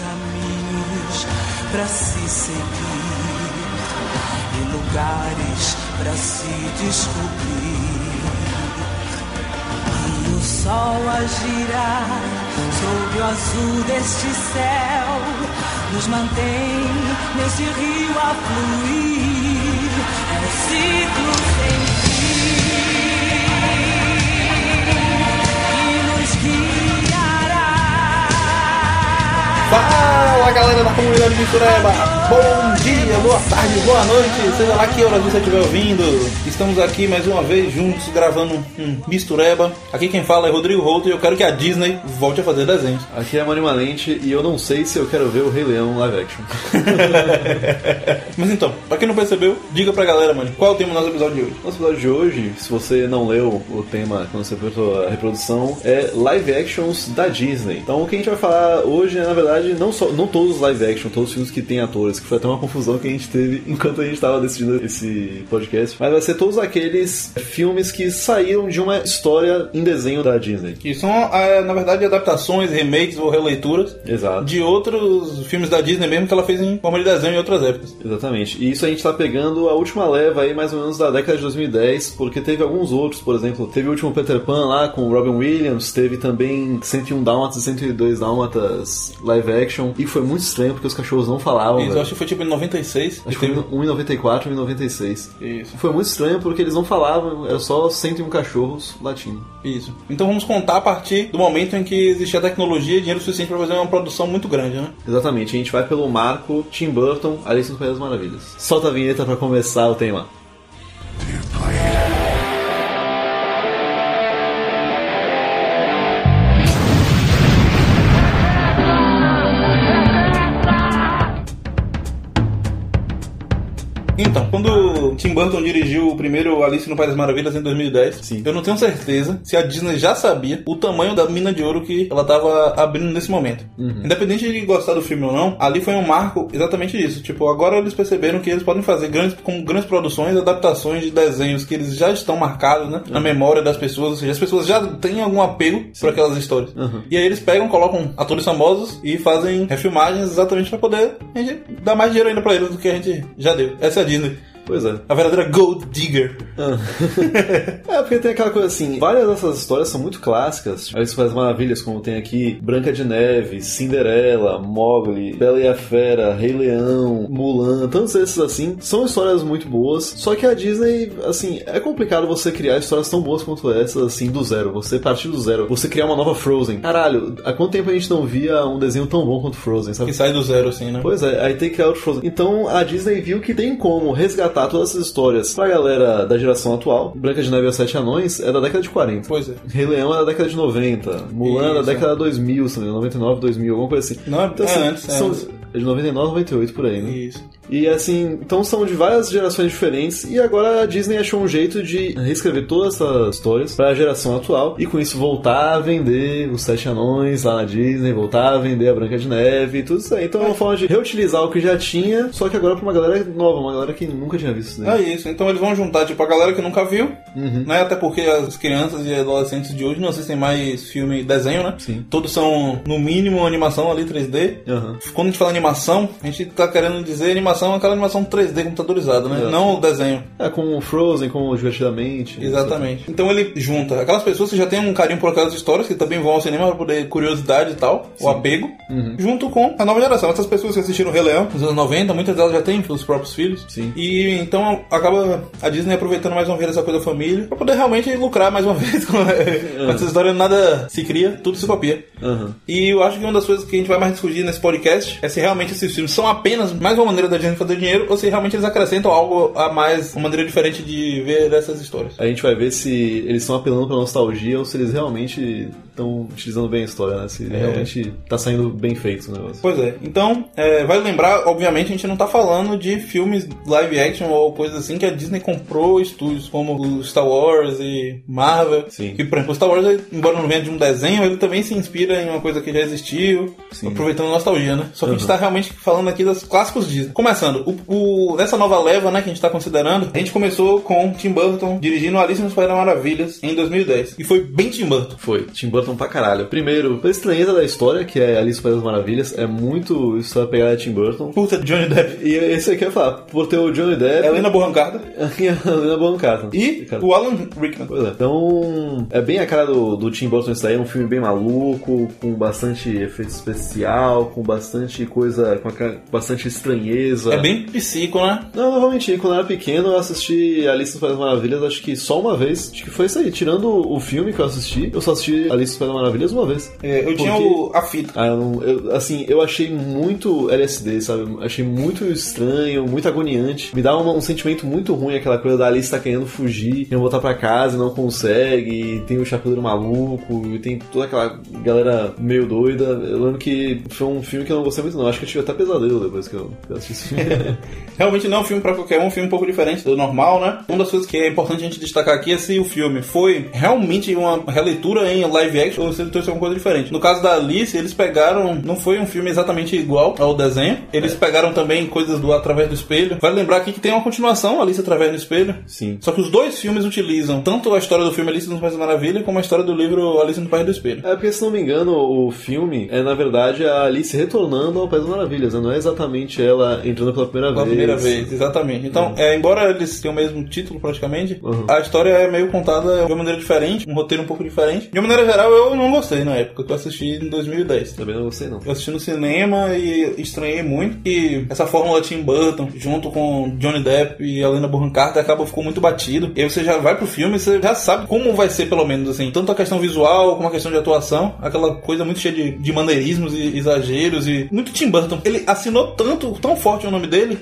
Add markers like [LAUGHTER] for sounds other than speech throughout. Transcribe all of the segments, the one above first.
caminhos para se seguir e lugares para se descobrir. E o sol a girar sob o azul deste céu nos mantém nesse rio a fluir. É ciclo sem fim que nos guia. Fala galera da comunidade Mistureba! Bom dia, boa tarde, boa noite, seja lá que horas você estiver ouvindo. Estamos aqui mais uma vez juntos gravando um Mistureba. Aqui quem fala é Rodrigo Routo e eu quero que a Disney volte a fazer desenhos. Aqui é Mani Malente e eu não sei se eu quero ver o Rei Leão live action. Mas então, pra quem não percebeu, diga pra galera, mano, qual é o tema do nosso episódio de hoje? Nosso episódio de hoje, se você não leu o tema quando você apertou a reprodução, é live actions da Disney. Então o que a gente vai falar hoje é, na verdade, não só não todos os live action, todos os filmes que tem atores, que foi até uma confusão que a gente teve enquanto a gente estava decidindo esse podcast, mas vai ser todos aqueles filmes que saíram de uma história em desenho da Disney. Que são, ah, na verdade, adaptações, remakes ou releituras Exato. de outros filmes da Disney mesmo que ela fez em forma de desenho em outras épocas. Então, Exatamente. E isso a gente tá pegando a última leva aí, mais ou menos, da década de 2010, porque teve alguns outros, por exemplo, teve o último Peter Pan lá com o Robin Williams, teve também 101 Dálmatas e 102 Dálmatas live action, e foi muito estranho porque os cachorros não falavam. Isso, velho. eu acho que foi tipo em 96. Acho que que foi um em 94 e um em 96. Isso, Foi muito estranho porque eles não falavam, era só 101 cachorros latindo. isso. Então vamos contar a partir do momento em que existia tecnologia e dinheiro suficiente pra fazer uma produção muito grande, né? Exatamente, a gente vai pelo marco Tim Burton, Alice no País das Maravilhas. Solta a vinheta pra começar o tema. Então, quando Tim Burton dirigiu o primeiro Alice no País das Maravilhas em 2010, Sim. eu não tenho certeza se a Disney já sabia o tamanho da mina de ouro que ela tava abrindo nesse momento. Uhum. Independente de gostar do filme ou não, ali foi um marco exatamente disso. Tipo, agora eles perceberam que eles podem fazer grandes, com grandes produções, adaptações de desenhos que eles já estão marcados, né? Uhum. Na memória das pessoas, ou seja, as pessoas já têm algum apego por aquelas histórias. Uhum. E aí eles pegam, colocam atores famosos e fazem refilmagens exatamente pra poder a gente dar mais dinheiro ainda pra eles do que a gente já deu. Essa é a Disney. Pois é. A verdadeira Gold Digger. É, porque tem aquela coisa assim, várias dessas histórias são muito clássicas. Tipo, Alice faz maravilhas, como tem aqui Branca de Neve, Cinderela, Mogli, Bela e a Fera, Rei Leão, Mulan, tantos esses assim, são histórias muito boas. Só que a Disney, assim, é complicado você criar histórias tão boas quanto essas, assim, do zero. Você partir do zero, você criar uma nova Frozen. Caralho, há quanto tempo a gente não via um desenho tão bom quanto Frozen, sabe? Que sai do zero, assim, né? Pois é, aí tem que criar outro Frozen. Então a Disney viu que tem como resgatar todas essas histórias pra galera da geração atual. Branca de Neve e os Sete Anões é da década de 40. Pois é. Rei Leão é da década de 90. Mulan é da Isso. década de 2000, se não me engano, 99, 2000, alguma coisa assim. Não, é- então, é assim, antes, é são antes. de 99, 98 por aí, né? Isso. E assim, então são de várias gerações diferentes e agora a Disney achou um jeito de reescrever todas essas histórias pra geração atual e com isso voltar a vender os Sete Anões lá na Disney, voltar a vender a Branca de Neve e tudo isso aí. Então é uma forma de reutilizar o que já tinha, só que agora pra uma galera nova, uma galera que nunca tinha visto isso, né? Uhum. É isso. Então eles vão juntar, tipo, a galera que nunca viu, né? Até porque as crianças e adolescentes de hoje não assistem mais filme e desenho, né? Sim. Todos são, no mínimo, animação ali 3D. Aham. Quando a gente fala animação, a gente tá querendo dizer animação aquela animação 3D computadorizada, né? Exato. Não o desenho. É, com o Frozen, com o Divertidamente. Exatamente. Então ele junta aquelas pessoas que já têm um carinho por aquelas histórias, que também vão ao cinema para poder curiosidade e tal, o apego, junto com a nova geração. Essas pessoas que assistiram Rei Leão nos anos 90, muitas delas já têm os próprios filhos. Sim. E então acaba a Disney aproveitando mais uma vez essa coisa da família, pra poder realmente lucrar mais uma [LAUGHS] vez com com essa história. Nada se cria, tudo se copia. Aham. E eu acho que uma das coisas que a gente vai mais discutir nesse podcast é se realmente esses filmes são apenas mais uma maneira da Disney fazer dinheiro ou se realmente eles acrescentam algo a mais, uma maneira diferente de ver essas histórias. A gente vai ver se eles estão apelando pra nostalgia ou se eles realmente estão utilizando bem a história, né? Se realmente tá saindo bem feito o negócio. Pois é, então, é, vale lembrar, obviamente, a gente não tá falando de filmes live action ou coisa assim que a Disney comprou estúdios como o Star Wars e Marvel. Sim. E, por exemplo, o Star Wars, ele, embora não venha de um desenho, ele também se inspira em uma coisa que já existiu, Sim. aproveitando a nostalgia, né? Só que a gente tá realmente falando aqui dos clássicos Disney. Começando, o, o- nessa nova leva, né, que a gente tá considerando, a gente começou com Tim Burton dirigindo Alice nos País das Maravilhas em 2010. E foi bem Tim Burton. Foi. Tim Burton Burton pra caralho. Primeiro, a estranheza da história, que é Alice País das Maravilhas, é muito isso da pegada de Tim Burton. Puta, Johnny Depp. E esse aqui eu ia falar, por ter o Johnny Depp. Helena Bonham Carter. [LAUGHS] e a Helena Bonham Carter. é E Cara, o Alan Rickman. Pois é. Então, é bem a cara do, do Tim Burton isso aí, é um filme bem maluco, com bastante efeito especial, com bastante coisa, com a cara- bastante estranheza. É bem psico, né? Não, não vou mentir, quando eu era pequeno eu assisti Alice no País das Maravilhas, acho que só uma vez. Acho que foi isso aí, tirando o filme que eu assisti, eu só assisti Alice no País das Maravilhas uma vez. É, eu tinha Porque- o, a fita. Ah, eu não- eu- assim, eu achei muito LSD, sabe? Achei muito estranho, muito agoniante. Me dá uma- um sentimento muito ruim aquela coisa da Alice tá querendo fugir, querendo voltar pra casa e não consegue, e tem o Chapeleiro maluco, e tem toda aquela galera meio doida. Eu lembro que foi um filme que eu não gostei muito, não. Acho que eu tive até pesadelo depois que eu que eu assisti esse [LAUGHS] filme. Realmente não é um filme pra qualquer um, é um filme um pouco diferente do normal, né? Uma das coisas que é importante a gente destacar aqui é se o filme foi realmente uma releitura em live action ou se ele trouxe alguma coisa diferente. No caso da Alice, eles pegaram, não foi um filme exatamente igual ao desenho, eles pegaram também coisas do Através do Espelho. Vale lembrar aqui que tem uma continuação, Alice Através do Espelho. Sim. Só que os dois filmes utilizam tanto a história do filme Alice no País da Maravilha como a história do livro Alice no País do Espelho. É porque, se não me engano, o filme é, na verdade, a Alice retornando ao País das Maravilhas, né? Não é exatamente ela entrando pela primeira Pela vez. primeira vez, exatamente. Então, é, embora eles tenham o mesmo título praticamente, Uhum. a história é meio contada de uma maneira diferente, um roteiro um pouco diferente. De uma maneira geral, eu não gostei na época, que eu assisti em 2010. Também não gostei, não. Eu assisti no cinema e estranhei muito. E essa fórmula Tim Burton, junto com Johnny Depp e Helena Bonham Carter, acaba ficou muito batido. E aí você já vai pro filme e você já sabe como vai ser, pelo menos, assim. Tanto a questão visual como a questão de atuação. Aquela coisa muito cheia de, de maneirismos e exageros. E muito Tim Burton. Ele assinou tanto, tão forte o nome dele,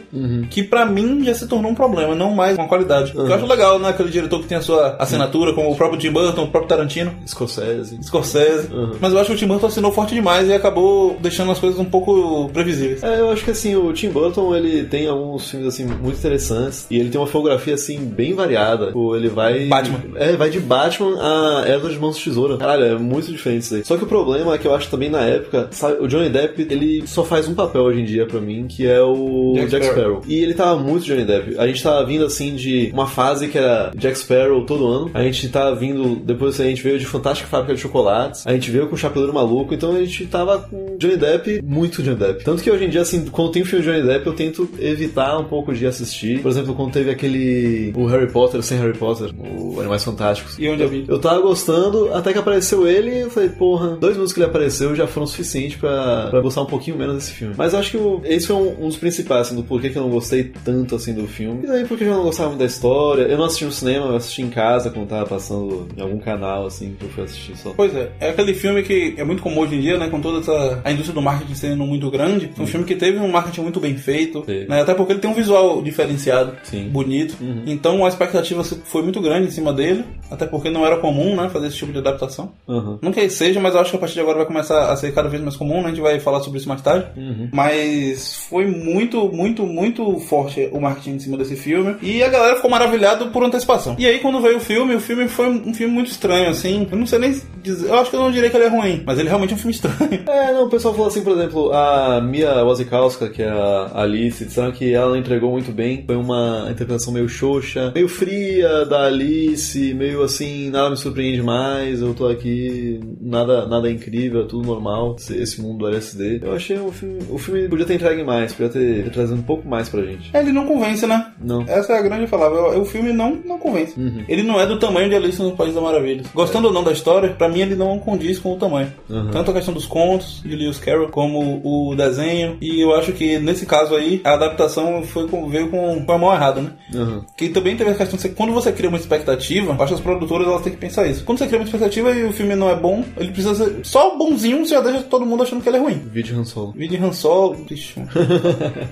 que pra mim já se tornou um problema, não mais uma qualidade. Eu acho legal, né? Aquele diretor que tem a sua assinatura, como o próprio Tim Burton, o próprio Tarantino. Escocese. Scorsese. Uhum. Mas eu acho que o Tim Burton assinou forte demais e acabou deixando as coisas um pouco previsíveis. É, eu acho que assim, o Tim Burton ele tem alguns filmes assim muito interessantes e ele tem uma filmografia assim bem variada. Tipo, ele vai. Batman. É, vai de Batman a Era dos Mãos de Tesoura. Caralho, é muito diferente isso daí. Só que o problema é que eu acho também na época, sabe, o Johnny Depp ele só faz um papel hoje em dia pra mim, que é o Jack Jack, Sparrow. Sparrow. E ele tava muito Johnny Depp. A gente tava vindo assim de uma fase que era Jack Sparrow todo ano. A gente tava vindo, depois a gente veio de Fantástica Fábrica de Chocolates. A gente veio com o Chapeleiro Maluco. Então a gente tava com Johnny Depp, muito Johnny Depp. Tanto que hoje em dia, assim, quando tem filme de Johnny Depp, eu tento evitar um pouco de assistir. Por exemplo, quando teve aquele. O Harry Potter sem Harry Potter, o Animais Fantásticos. E onde eu vi? Eu tava gostando, até que apareceu ele e eu falei, porra, dois minutos que ele apareceu já foram suficientes pra, pra gostar um pouquinho menos desse filme. Mas eu acho que o- esse foi um, um dos principais, assim, do porquê que eu não gostei tanto, assim, do filme. E daí porque eu já não gostava muito da história. Eu não assisti no cinema, eu assisti em casa quando tava passando em algum canal, assim, que eu fui assistir só. Pois é, é aquele filme que é muito comum hoje em dia, né? Com toda essa. a indústria do marketing sendo muito grande. Foi um filme que teve um marketing muito bem feito, Uhum. Teve. né? Até porque ele tem um visual diferenciado, Sim. Uhum. bonito. Então a expectativa foi muito grande em cima dele, até porque não era comum, né? Fazer esse tipo de adaptação. Aham. Não que seja, mas eu acho que a partir de agora vai começar a ser cada vez mais comum, né? A gente vai falar sobre isso mais tarde. Uhum. Mas foi muito, muito, muito forte o marketing em cima desse filme. E a galera ficou maravilhada por antecipação. E aí, quando veio o filme, o filme foi um filme muito estranho, assim. Eu não sei nem dizer. Eu acho que eu não diria que ele é ruim, mas ele realmente é um filme estranho. [LAUGHS] É, não, o pessoal falou assim, por exemplo, a Mia Wasikowska, que é a Alice, disseram que ela entregou muito bem. Foi uma interpretação meio xoxa, meio fria da Alice, meio assim, nada me surpreende mais, eu tô aqui, nada, nada é incrível, é tudo normal, esse- esse mundo do LSD. Eu achei o filme, o filme podia ter entregue mais, podia ter, ter trazido um pouco mais pra gente. ele não convence, né? Não. Essa é a grande palavra. Eu- O filme não, não convence. Ele não é do tamanho de Alice no País das Maravilhas. Gostando ou não da história, pra mim ele não condiz com o tamanho. Uhum. Tanto a questão dos contos de Lewis Carroll como o desenho. E eu acho que nesse caso aí, a adaptação foi com- veio com, com a mão errada, né? Aham. Que também teve a questão de você- quando você cria uma expectativa, eu acho que as produtoras elas têm que pensar isso. Quando você cria uma expectativa e o filme não é bom, ele precisa ser só bonzinho, você já deixa todo mundo achando que ele é ruim. Vídeo Han Solo. Vídeo Han Solo, [LAUGHS] ixi, mano.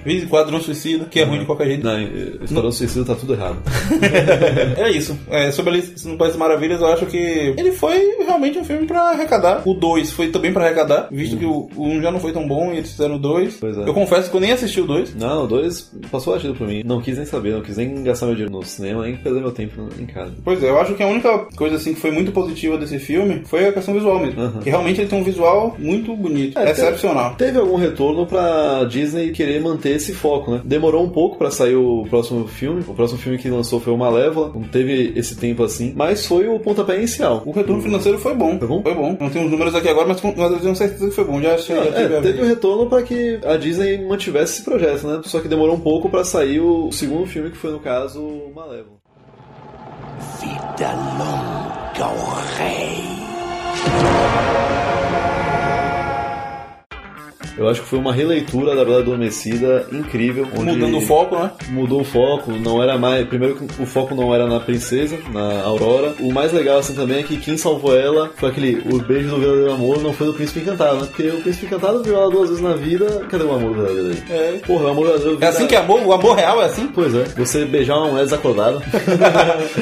Vídeo Quadrão Suicida, que é ruim de qualquer jeito. Não, Esquadrão Suicida tá tudo errado. É isso. É, sobre Alice no País das Maravilhas, eu acho que ele foi realmente um filme pra arrecadar. O 2 foi também pra arrecadar, visto que o 1 um já não foi tão bom e eles fizeram o 2. Hum. Pois é. Eu confesso que eu nem assisti o 2. Não, o dois passou batido pra mim. Não quis nem saber, não quis nem gastar meu dinheiro no cinema, nem perder meu tempo em casa. Pois é, eu acho que a única coisa assim que foi muito positiva desse filme foi a questão visual mesmo. Aham. Que realmente ele tem um visual muito bonito, É, excepcional. Teve algum retorno pra Disney querer manter esse foco, né? Demorou um pouco pra sair o próximo filme. O próximo filme que lançou foi o Malévola. Não teve esse tempo assim. Mas foi o pontapé inicial. O retorno financeiro foi bom. Foi bom? Foi bom. Não tenho os números aqui agora, mas, com- mas eu tenho certeza que foi bom. Já achei. já tive a É, teve um ver. retorno pra que a Disney mantivesse esse projeto, né? Só que demorou um pouco pra sair o segundo filme, que foi, no caso, o Malévola. Vida longa ao rei. Eu acho que foi uma releitura da Bela Adormecida incrível. onde- Mudando o foco, né? mudou o foco, não era mais. Primeiro que o foco não era na princesa, na Aurora. O mais legal assim também é que quem salvou ela foi aquele. O beijo do verdadeiro amor não foi do príncipe encantado, né? Porque o príncipe encantado viu ela duas vezes na vida. Cadê o amor verdadeiro aí? É. Porra, o amor verdadeiro. É assim que é amor, o amor real é [LAUGHS] assim? Pois é, você beijar uma [LAUGHS] mulher desacordada.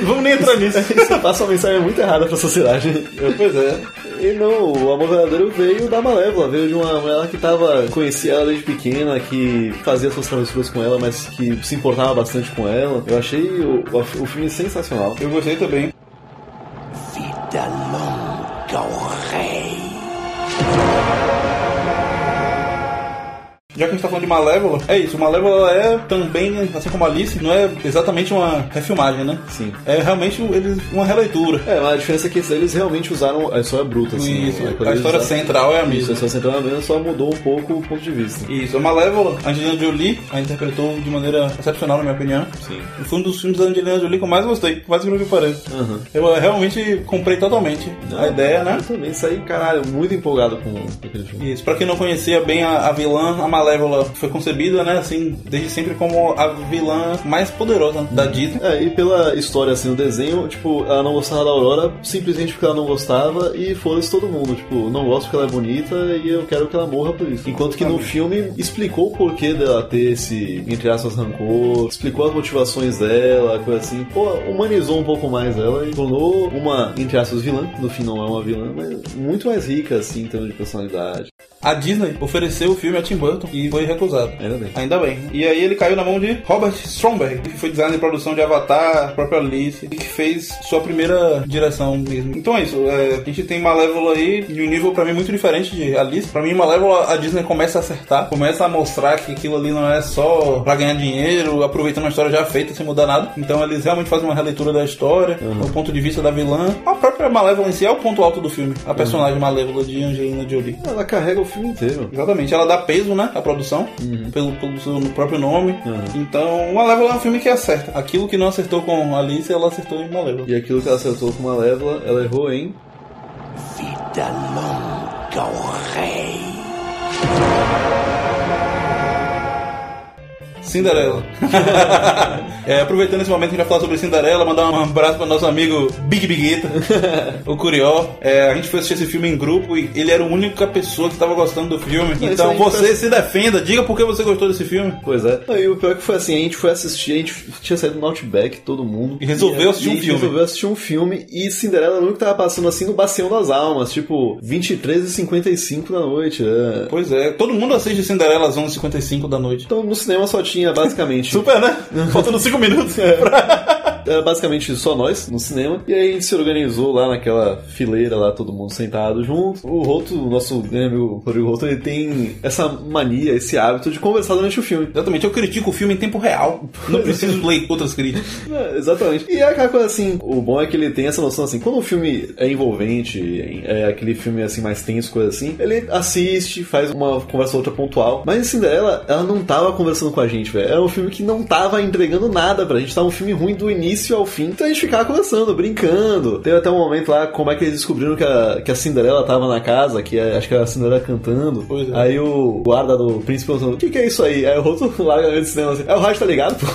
Vamos nem entrar nisso. Você passa uma mensagem muito errada pra sociedade. pois é. E não, o amor verdadeiro veio da Malévola, veio de uma mulher que tava. conhecia ela desde pequena, que fazia suas travessuras com ela, mas que se importava bastante com ela. Eu achei o, o filme sensacional. Eu gostei também. Vida longa ao rei. Já que a gente tá falando de Malévola, é isso. Malévola é também, assim como Alice, não é exatamente uma refilmagem, né? Sim. É realmente eles, uma releitura. É, mas a diferença é que eles realmente usaram a história bruta, assim. Isso, né? Quando a eles história usaram- central é a Isso, a mesma. história central é a mesma, só mudou um pouco o ponto de vista. Isso, a Malévola, a Angelina Jolie, a interpretou de maneira excepcional, na minha opinião. Sim. Foi um dos filmes da Angelina Jolie que eu mais gostei, por mais incrível que pareça. Aham. Eu eh, realmente comprei totalmente a ideia, né? Eu também saí, caralho, muito empolgado com com aquele filme. Isso, pra quem não conhecia bem a, a vilã, a Malévola foi concebida, né, assim, desde sempre como a vilã mais poderosa da Disney. É, e pela história, assim, no desenho, tipo, ela não gostava da Aurora simplesmente porque ela não gostava e foda-se todo mundo. Tipo, não gosto porque ela é bonita e eu quero que ela morra por isso. Enquanto que no filme explicou o porquê dela ter esse, entre aspas, rancor, explicou as motivações dela, coisa assim. Pô, humanizou um pouco mais ela e tornou uma, entre aspas, vilã. No fim não é uma vilã, mas muito mais rica, assim, em termos de personalidade. A Disney ofereceu o filme a Tim Burton e foi recusado. Ainda bem. Ainda bem. E aí ele caiu na mão de Robert Stromberg, que foi designer de produção de Avatar, a própria Alice, e que fez sua primeira direção mesmo. Então é isso. é, a gente tem Malévola aí de um nível pra mim muito diferente de Alice. Pra mim, Malévola, a Disney começa a acertar, começa a mostrar que aquilo ali não é só pra ganhar dinheiro, aproveitando uma história já feita sem mudar nada. Então eles realmente fazem uma releitura da história, do ponto de vista da vilã. A própria Malévola em si é o ponto alto do filme. A personagem Malévola de Angelina Jolie. Ela carrega o filme inteiro. Exatamente, ela dá peso, né, à produção, pelo, pelo seu próprio nome. Uhum. Então, Malévola é um filme que acerta. Aquilo que não acertou com Alice, ela acertou em Malévola. E aquilo que ela acertou com Malévola, ela errou em Vida longa ao rei. [LAUGHS] Cinderela. É, aproveitando esse momento que a gente vai falar sobre Cinderela, mandar um abraço para nosso amigo Big [LAUGHS] Bigueta, o Curió. É, a gente foi assistir esse filme em grupo e ele era a única pessoa que estava gostando do filme. Não, isso então, aí foi- você se defenda, diga por que você gostou desse filme. Pois é. Não, E o pior que foi assim, a gente foi assistir, a gente tinha saído do Outback, todo mundo. E resolveu E a- assistir um e a gente filme. resolveu assistir um filme e Cinderela era o único que tava passando assim no Bacião das Almas, tipo 23 e 55 da noite. né? Pois é, todo mundo assiste Cinderela às 11h55 da noite. Então no cinema só tinha [LAUGHS] basicamente. Super, né? Faltando 5 minutos. É. Era basicamente só nós no cinema. E aí a gente se organizou lá naquela fileira lá, todo mundo sentado junto. O Roto, o nosso grande amigo Rodrigo Roto, ele tem essa mania, esse hábito de conversar durante o filme. Exatamente, eu critico o filme em tempo real. Não preciso ler outras críticas. É, exatamente. E é aquela coisa assim, o bom é que ele tem essa noção assim, quando o filme é envolvente, é aquele filme assim mais tenso, coisa assim, ele assiste, faz uma conversa ou outra pontual. Mas em Cinderela, ela não tava conversando com a gente, velho. Era um filme que não tava entregando nada pra gente. Tava um filme ruim do início ao fim. Então a gente ficava conversando, brincando. Teve até um momento lá, como é que eles descobriram que a, que a Cinderela tava na casa, que é- acho que era a Cinderela cantando. Pois é. Aí o guarda do príncipe perguntou, o que que é isso aí? Aí o outro [LAUGHS] larga no meio do cinema assim, é o rádio tá ligado, pô?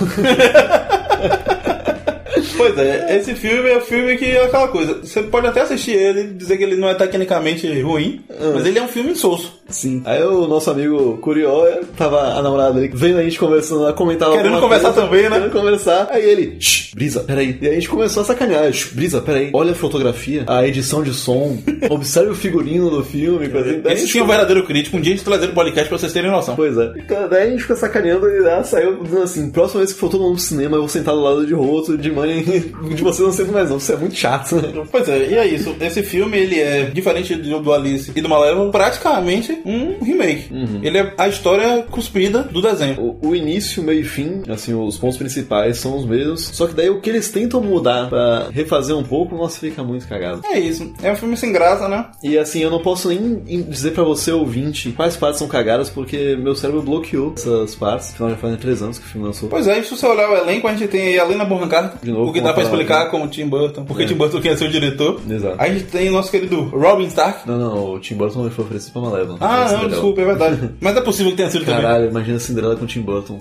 Pois é, esse filme é um filme que é aquela coisa. Você pode até assistir ele e dizer que ele não é tecnicamente ruim, mas ele é um filme insosso. Sim. Aí o nosso amigo Curió é, tava a namorada dele, vendo a gente conversando lá, comentava. Querendo alguma conversar também, né? Querendo conversar. Aí ele, shh, brisa, peraí. E aí a gente começou a sacanear, shh, brisa, peraí. Olha a fotografia, a edição de som, observe o figurino do filme, coisa assim. Daí a Esse gente sim é um verdadeiro crítico. Um dia a gente trazer o podcast pra vocês terem noção. Pois é. Então, daí a gente fica sacaneando e ah, saiu dizendo assim: próxima vez que for todo mundo no cinema, eu vou sentar do lado de Roto, de Money [LAUGHS] de você não sendo mais novo, você é muito chato, né? Pois é, e é isso. Esse filme, ele é, diferente do, do Alice e do Malévola, praticamente um remake. Ele é a história cuspida do desenho. O, o início, meio e fim, assim, os pontos principais são os mesmos. Só que daí o que eles tentam mudar pra refazer um pouco, nossa, fica muito cagado. É isso. É um filme sem graça, né? E assim, eu não posso nem em- dizer pra você, ouvinte, quais partes são cagadas, porque meu cérebro bloqueou essas partes. Afinal, já fazem três anos que o filme lançou. Pois é, e se você olhar o elenco, a gente tem aí a Lena Bonham Carter, De novo, o que como dá pra ela fala, explicar com o Tim Burton, porque É. Tim Burton quer ser o diretor. Exato. A gente tem o nosso querido Robin Stark. Não, não, o Tim Burton foi oferecido pra Malévola. Ah, não, Cinderela. desculpa, é [LAUGHS] verdade. Mas é possível que tenha sido também. Caralho, imagina a Cinderela com o [LAUGHS] Tim Burton.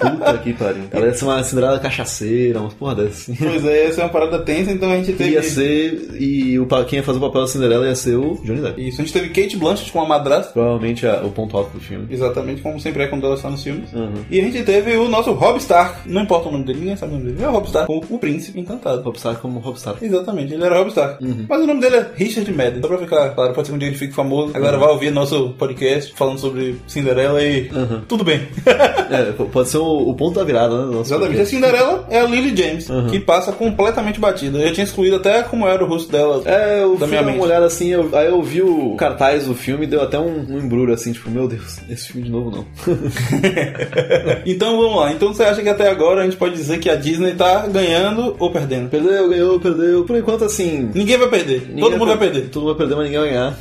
Puta que pariu. Ela ia ser uma Cinderela cachaceira, uma porra dessa. assim. Pois é, essa é uma parada tensa, então a gente teve... Ia ser. E o, pa- quem ia fazer o papel da Cinderela ia ser o Johnny Depp. Isso, a gente teve Kate Blanchett com a madrasta, Provavelmente a- o ponto alto do filme. exatamente como sempre é quando ela está nos filmes. Uhum. E a gente teve o nosso Rob Stark, não importa o nome dele, ninguém sabe o nome dele, é o Rob Stark, o, o príncipe encantado. Robstar como Robstar. Exatamente, ele era Rob Stark. Mas o nome dele é Richard Madden. Só pra ficar claro, pode ser que um dia ele fique famoso. A galera vai ouvir nosso podcast falando sobre Cinderela e. Tudo bem. [LAUGHS] É, p- pode ser o, o ponto da virada, né? do nosso Exatamente. A podcast. Cinderela é a Lily James, que passa completamente batida. Eu tinha excluído até como era o rosto dela. É, eu Da fui minha dar uma mente. olhada assim, eu- aí eu vi o cartaz do filme e deu até um, um embrulho assim, tipo, meu Deus, [LAUGHS] esse filme de novo não. Então vamos lá. Então você acha que até agora a gente pode dizer que a Disney tá ganhando ou perdendo? perdeu, ganhou, perdeu. Por enquanto, assim. Ninguém vai perder. Todo ninguém mundo vai perder. Todo mundo vai perder, mas ninguém vai ganhar.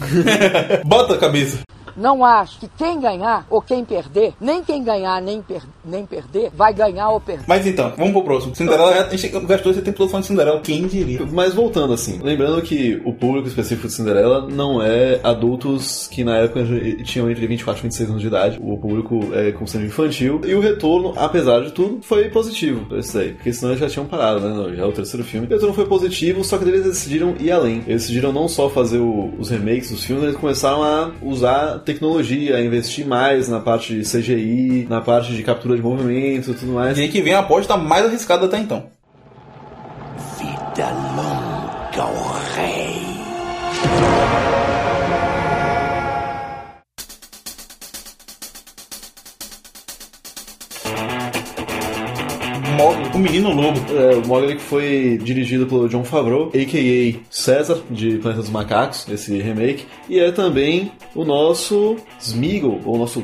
[LAUGHS] Bota a cabeça. Não acho que quem ganhar ou quem perder, nem quem ganhar nem, per- nem perder, vai ganhar ou perder. Mas então, vamos pro próximo. Cinderela, já- a gente gastou esse tempo todo falando de Cinderela. Quem diria? Mas voltando assim, lembrando que o público específico de Cinderela não é adultos que na época já tinham entre 24 e 26 anos de idade. O público é como sendo infantil. E o retorno, apesar de tudo, foi positivo. pra Isso aí. Porque senão eles já tinham parado, né? Não, já é o terceiro filme. O retorno foi positivo, só que eles decidiram ir além. Eles decidiram não só fazer o- os remakes dos filmes, eles começaram a usar tecnologia, a investir mais na parte de CGI, na parte de captura de movimento e tudo mais. E aí que vem a aposta mais arriscada até então. Vida longa ao rei. Mogli, o menino lobo. É, o Mogli que foi dirigido pelo John Favreau, a.k.a. César, de Planeta dos Macacos, esse remake. E é também o nosso Smeagol, ou o nosso...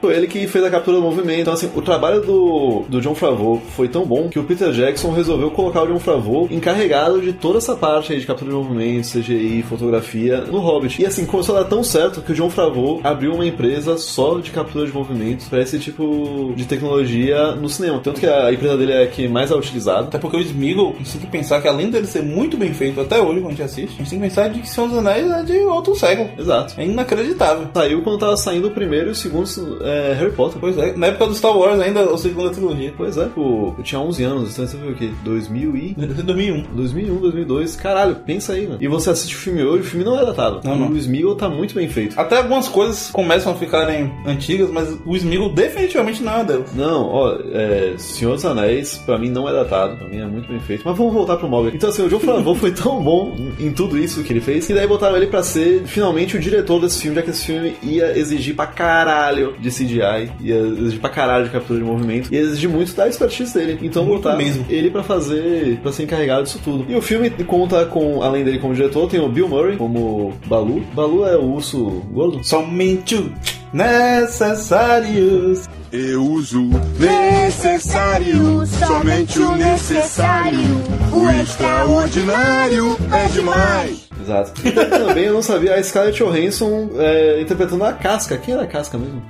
Foi ele que fez a captura do movimento. Então, assim, o trabalho do, do John Favreau foi tão bom que o Peter Jackson resolveu colocar o John Favreau encarregado de toda essa parte aí de captura de movimento, CGI, fotografia, no Hobbit. E, assim, começou a dar tão certo que o John Favreau abriu uma empresa só de captura de movimentos pra esse tipo de tecnologia no cinema. Tanto que a empresa dele é a que mais é utilizada. Até porque o Smeagol, a gente tem que pensar que além dele ser muito bem feito até hoje, quando a gente assiste, a gente tem que pensar de que Senhor dos Anéis é de outro século. Exato. É inacreditável. Saiu quando tava saindo o primeiro e o segundo é, Harry Potter. Pois é, na época do Star Wars ainda, a segunda trilogia. Pois é, pô, eu tinha 11 anos, então você foi o quê? 2000 e... 2001. 2001, 2002, caralho, pensa aí, mano. E você assiste o filme hoje, o filme não é datado. Não, não. O Smeagol tá muito bem feito. Até algumas coisas começam a ficarem antigas, mas o Smeagol definitivamente não é uma delas. Não, ó, é, Senhor dos Anéis, pra mim não é datado, pra mim é muito bem feito. Mas vamos voltar pro Mogli. Então, assim, o John Favreau foi tão bom em tudo isso que ele fez, e daí botaram ele pra ser finalmente o diretor desse filme, já que esse filme ia exigir pra caralho de CGI, ia exigir pra caralho de captura de movimento, ia exigir muito da expertise dele. Então, Muito botaram mesmo. ele pra fazer, pra ser encarregado disso tudo. E o filme conta com, além dele como diretor, tem o Bill Murray como Balu. Balu é o urso gordo? Somente o necessários. Eu uso necessário, somente o necessário. O extraordinário é demais. Exato. E também eu não sabia a Scarlett Johansson é, interpretando a Casca. Quem era a Casca mesmo?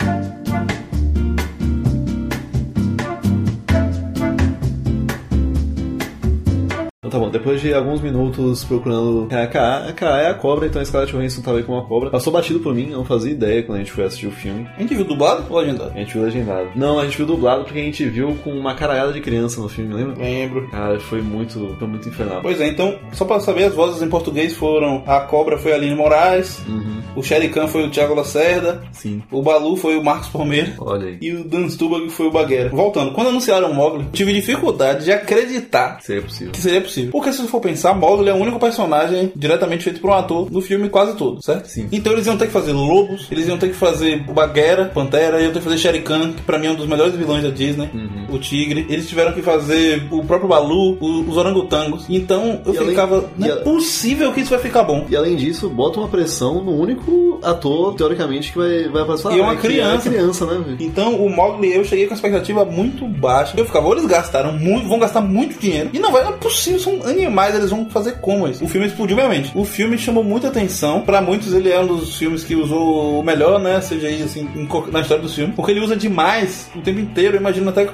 Então tá bom, depois de alguns minutos procurando quem é a K.A., a K.A. é a cobra, então a Scarlett Johansson tava aí com uma cobra. Passou batido por mim, eu não fazia ideia quando a gente foi assistir o filme. A gente viu dublado ou legendado? A gente viu legendado. Não, a gente viu dublado porque a gente viu com uma caralhada de criança no filme, lembra? Lembro. Cara, foi muito, foi muito infernal. Pois é, então, só pra saber, as vozes em português foram A Cobra foi a Aline Moraes, o Sherry Khan foi o Thiago Lacerda, Uhum, Sim. o Balu foi o Marcos Palmeira Olha aí. e o Dan Stubag foi o Baguera. Voltando, quando anunciaram o Mogli, tive dificuldade de acreditar Seria possível. que seria possível. Porque se você for pensar, Mogli é o único personagem diretamente feito por um ator no filme quase todo, certo? Sim. Então eles iam ter que fazer lobos, eles iam ter que fazer Bagheera, Pantera, iam ter que fazer Shere Khan, que pra mim é um dos melhores vilões da Disney, Uhum. o Tigre. Eles tiveram que fazer o próprio Balu, o- os orangotangos. Então eu E além- ficava, não e é a- possível que isso vai ficar bom. E além disso, bota uma pressão no único ator, teoricamente, que vai, vai passar. E é uma Ah, que criança. É criança, né? velho? Então o Mogli eu cheguei com a expectativa muito baixa. Eu ficava, ou eles gastaram muito, vão gastar muito dinheiro. E não vai, não é possível, são animais, eles vão fazer como isso. O filme explodiu minha mente. O filme chamou muita atenção. Pra muitos, ele é um dos filmes que usou o melhor, né? CGI, assim, em qualquer- na história do filme. Porque ele usa demais o tempo inteiro. Eu imagino até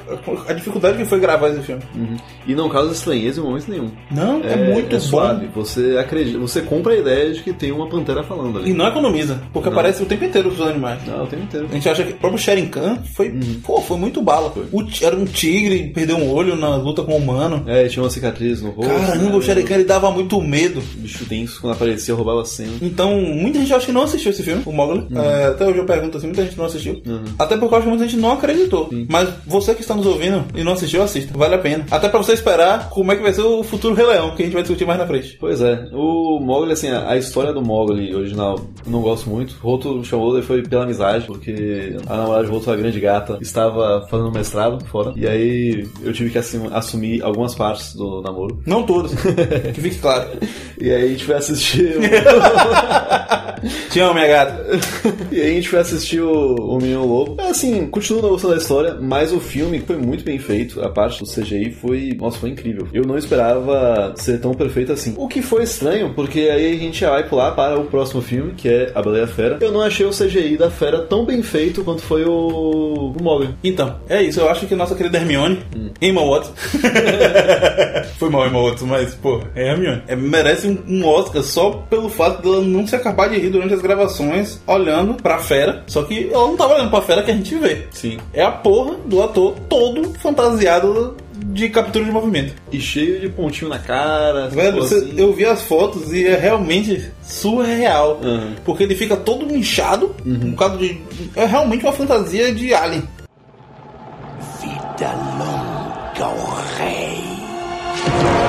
a dificuldade que foi gravar esse filme. E não causa estranheza em momento nenhum. Não, é, muito é bom. suave. Você acredita, você compra a ideia de que tem uma pantera falando E ali. não é economiza, porque Não. aparece o tempo inteiro os animais. Não, o tempo inteiro. A gente acha que o próprio Sharing Khan foi, Uhum. pô, foi muito bala. O ti- era um tigre, perdeu um olho na luta com o humano. É, tinha uma cicatriz no rosto. Caramba, né? o Shere Khan ele dava muito medo. Bicho denso, quando aparecia, roubava a cena. Então, muita gente acha que não assistiu esse filme, o Mogli. É, até hoje eu pergunto assim, muita gente não assistiu. Até porque eu acho que muita gente não acreditou. Mas você que está nos ouvindo e não assistiu, assista. Vale a pena. Até pra você esperar como é que vai ser o futuro Rei Leão, que a gente vai discutir mais na frente. Pois é, o Mogli, assim, a a história do Mogli original eu não gosto muito. Roto chamou e foi pela amizade, porque a namorada de Roto, a grande gata, estava fazendo mestrado fora. E aí eu tive que assim, assumir algumas partes do namoro. Não todos, que fique claro. E aí a gente foi assistir. Te amo, minha gata. e aí a gente foi assistir o, o Menino Lobo. É, Assim, continuo não gostando da história, mas o filme foi muito bem feito. A parte do CGI foi. Nossa, foi incrível. Eu não esperava ser tão perfeito assim. O que foi estranho, porque aí a gente já vai pular para o próximo filme, que é A Baleia Fera. Eu não achei o CGI da fera tão bem feito quanto foi o, o Mogli. Então, é isso. Eu acho que nossa querida Hermione, Emma Watson. Foi mal, Emma Watson, mas, pô, é Hermione. É, merece um, um Oscar só pelo fato dela não se acabar de rir durante as gravações, olhando pra fera. Só que ela não tava olhando pra fera que a gente vê. Sim. É a porra do ator todo fantasiado de captura de movimento. E cheio de pontinho na cara. essas Velho, coisas você- assim. eu vi as fotos e é realmente surreal. Uhum. Porque ele fica todo inchado, por causa de. É realmente uma fantasia de alien. Vida longa ao rei.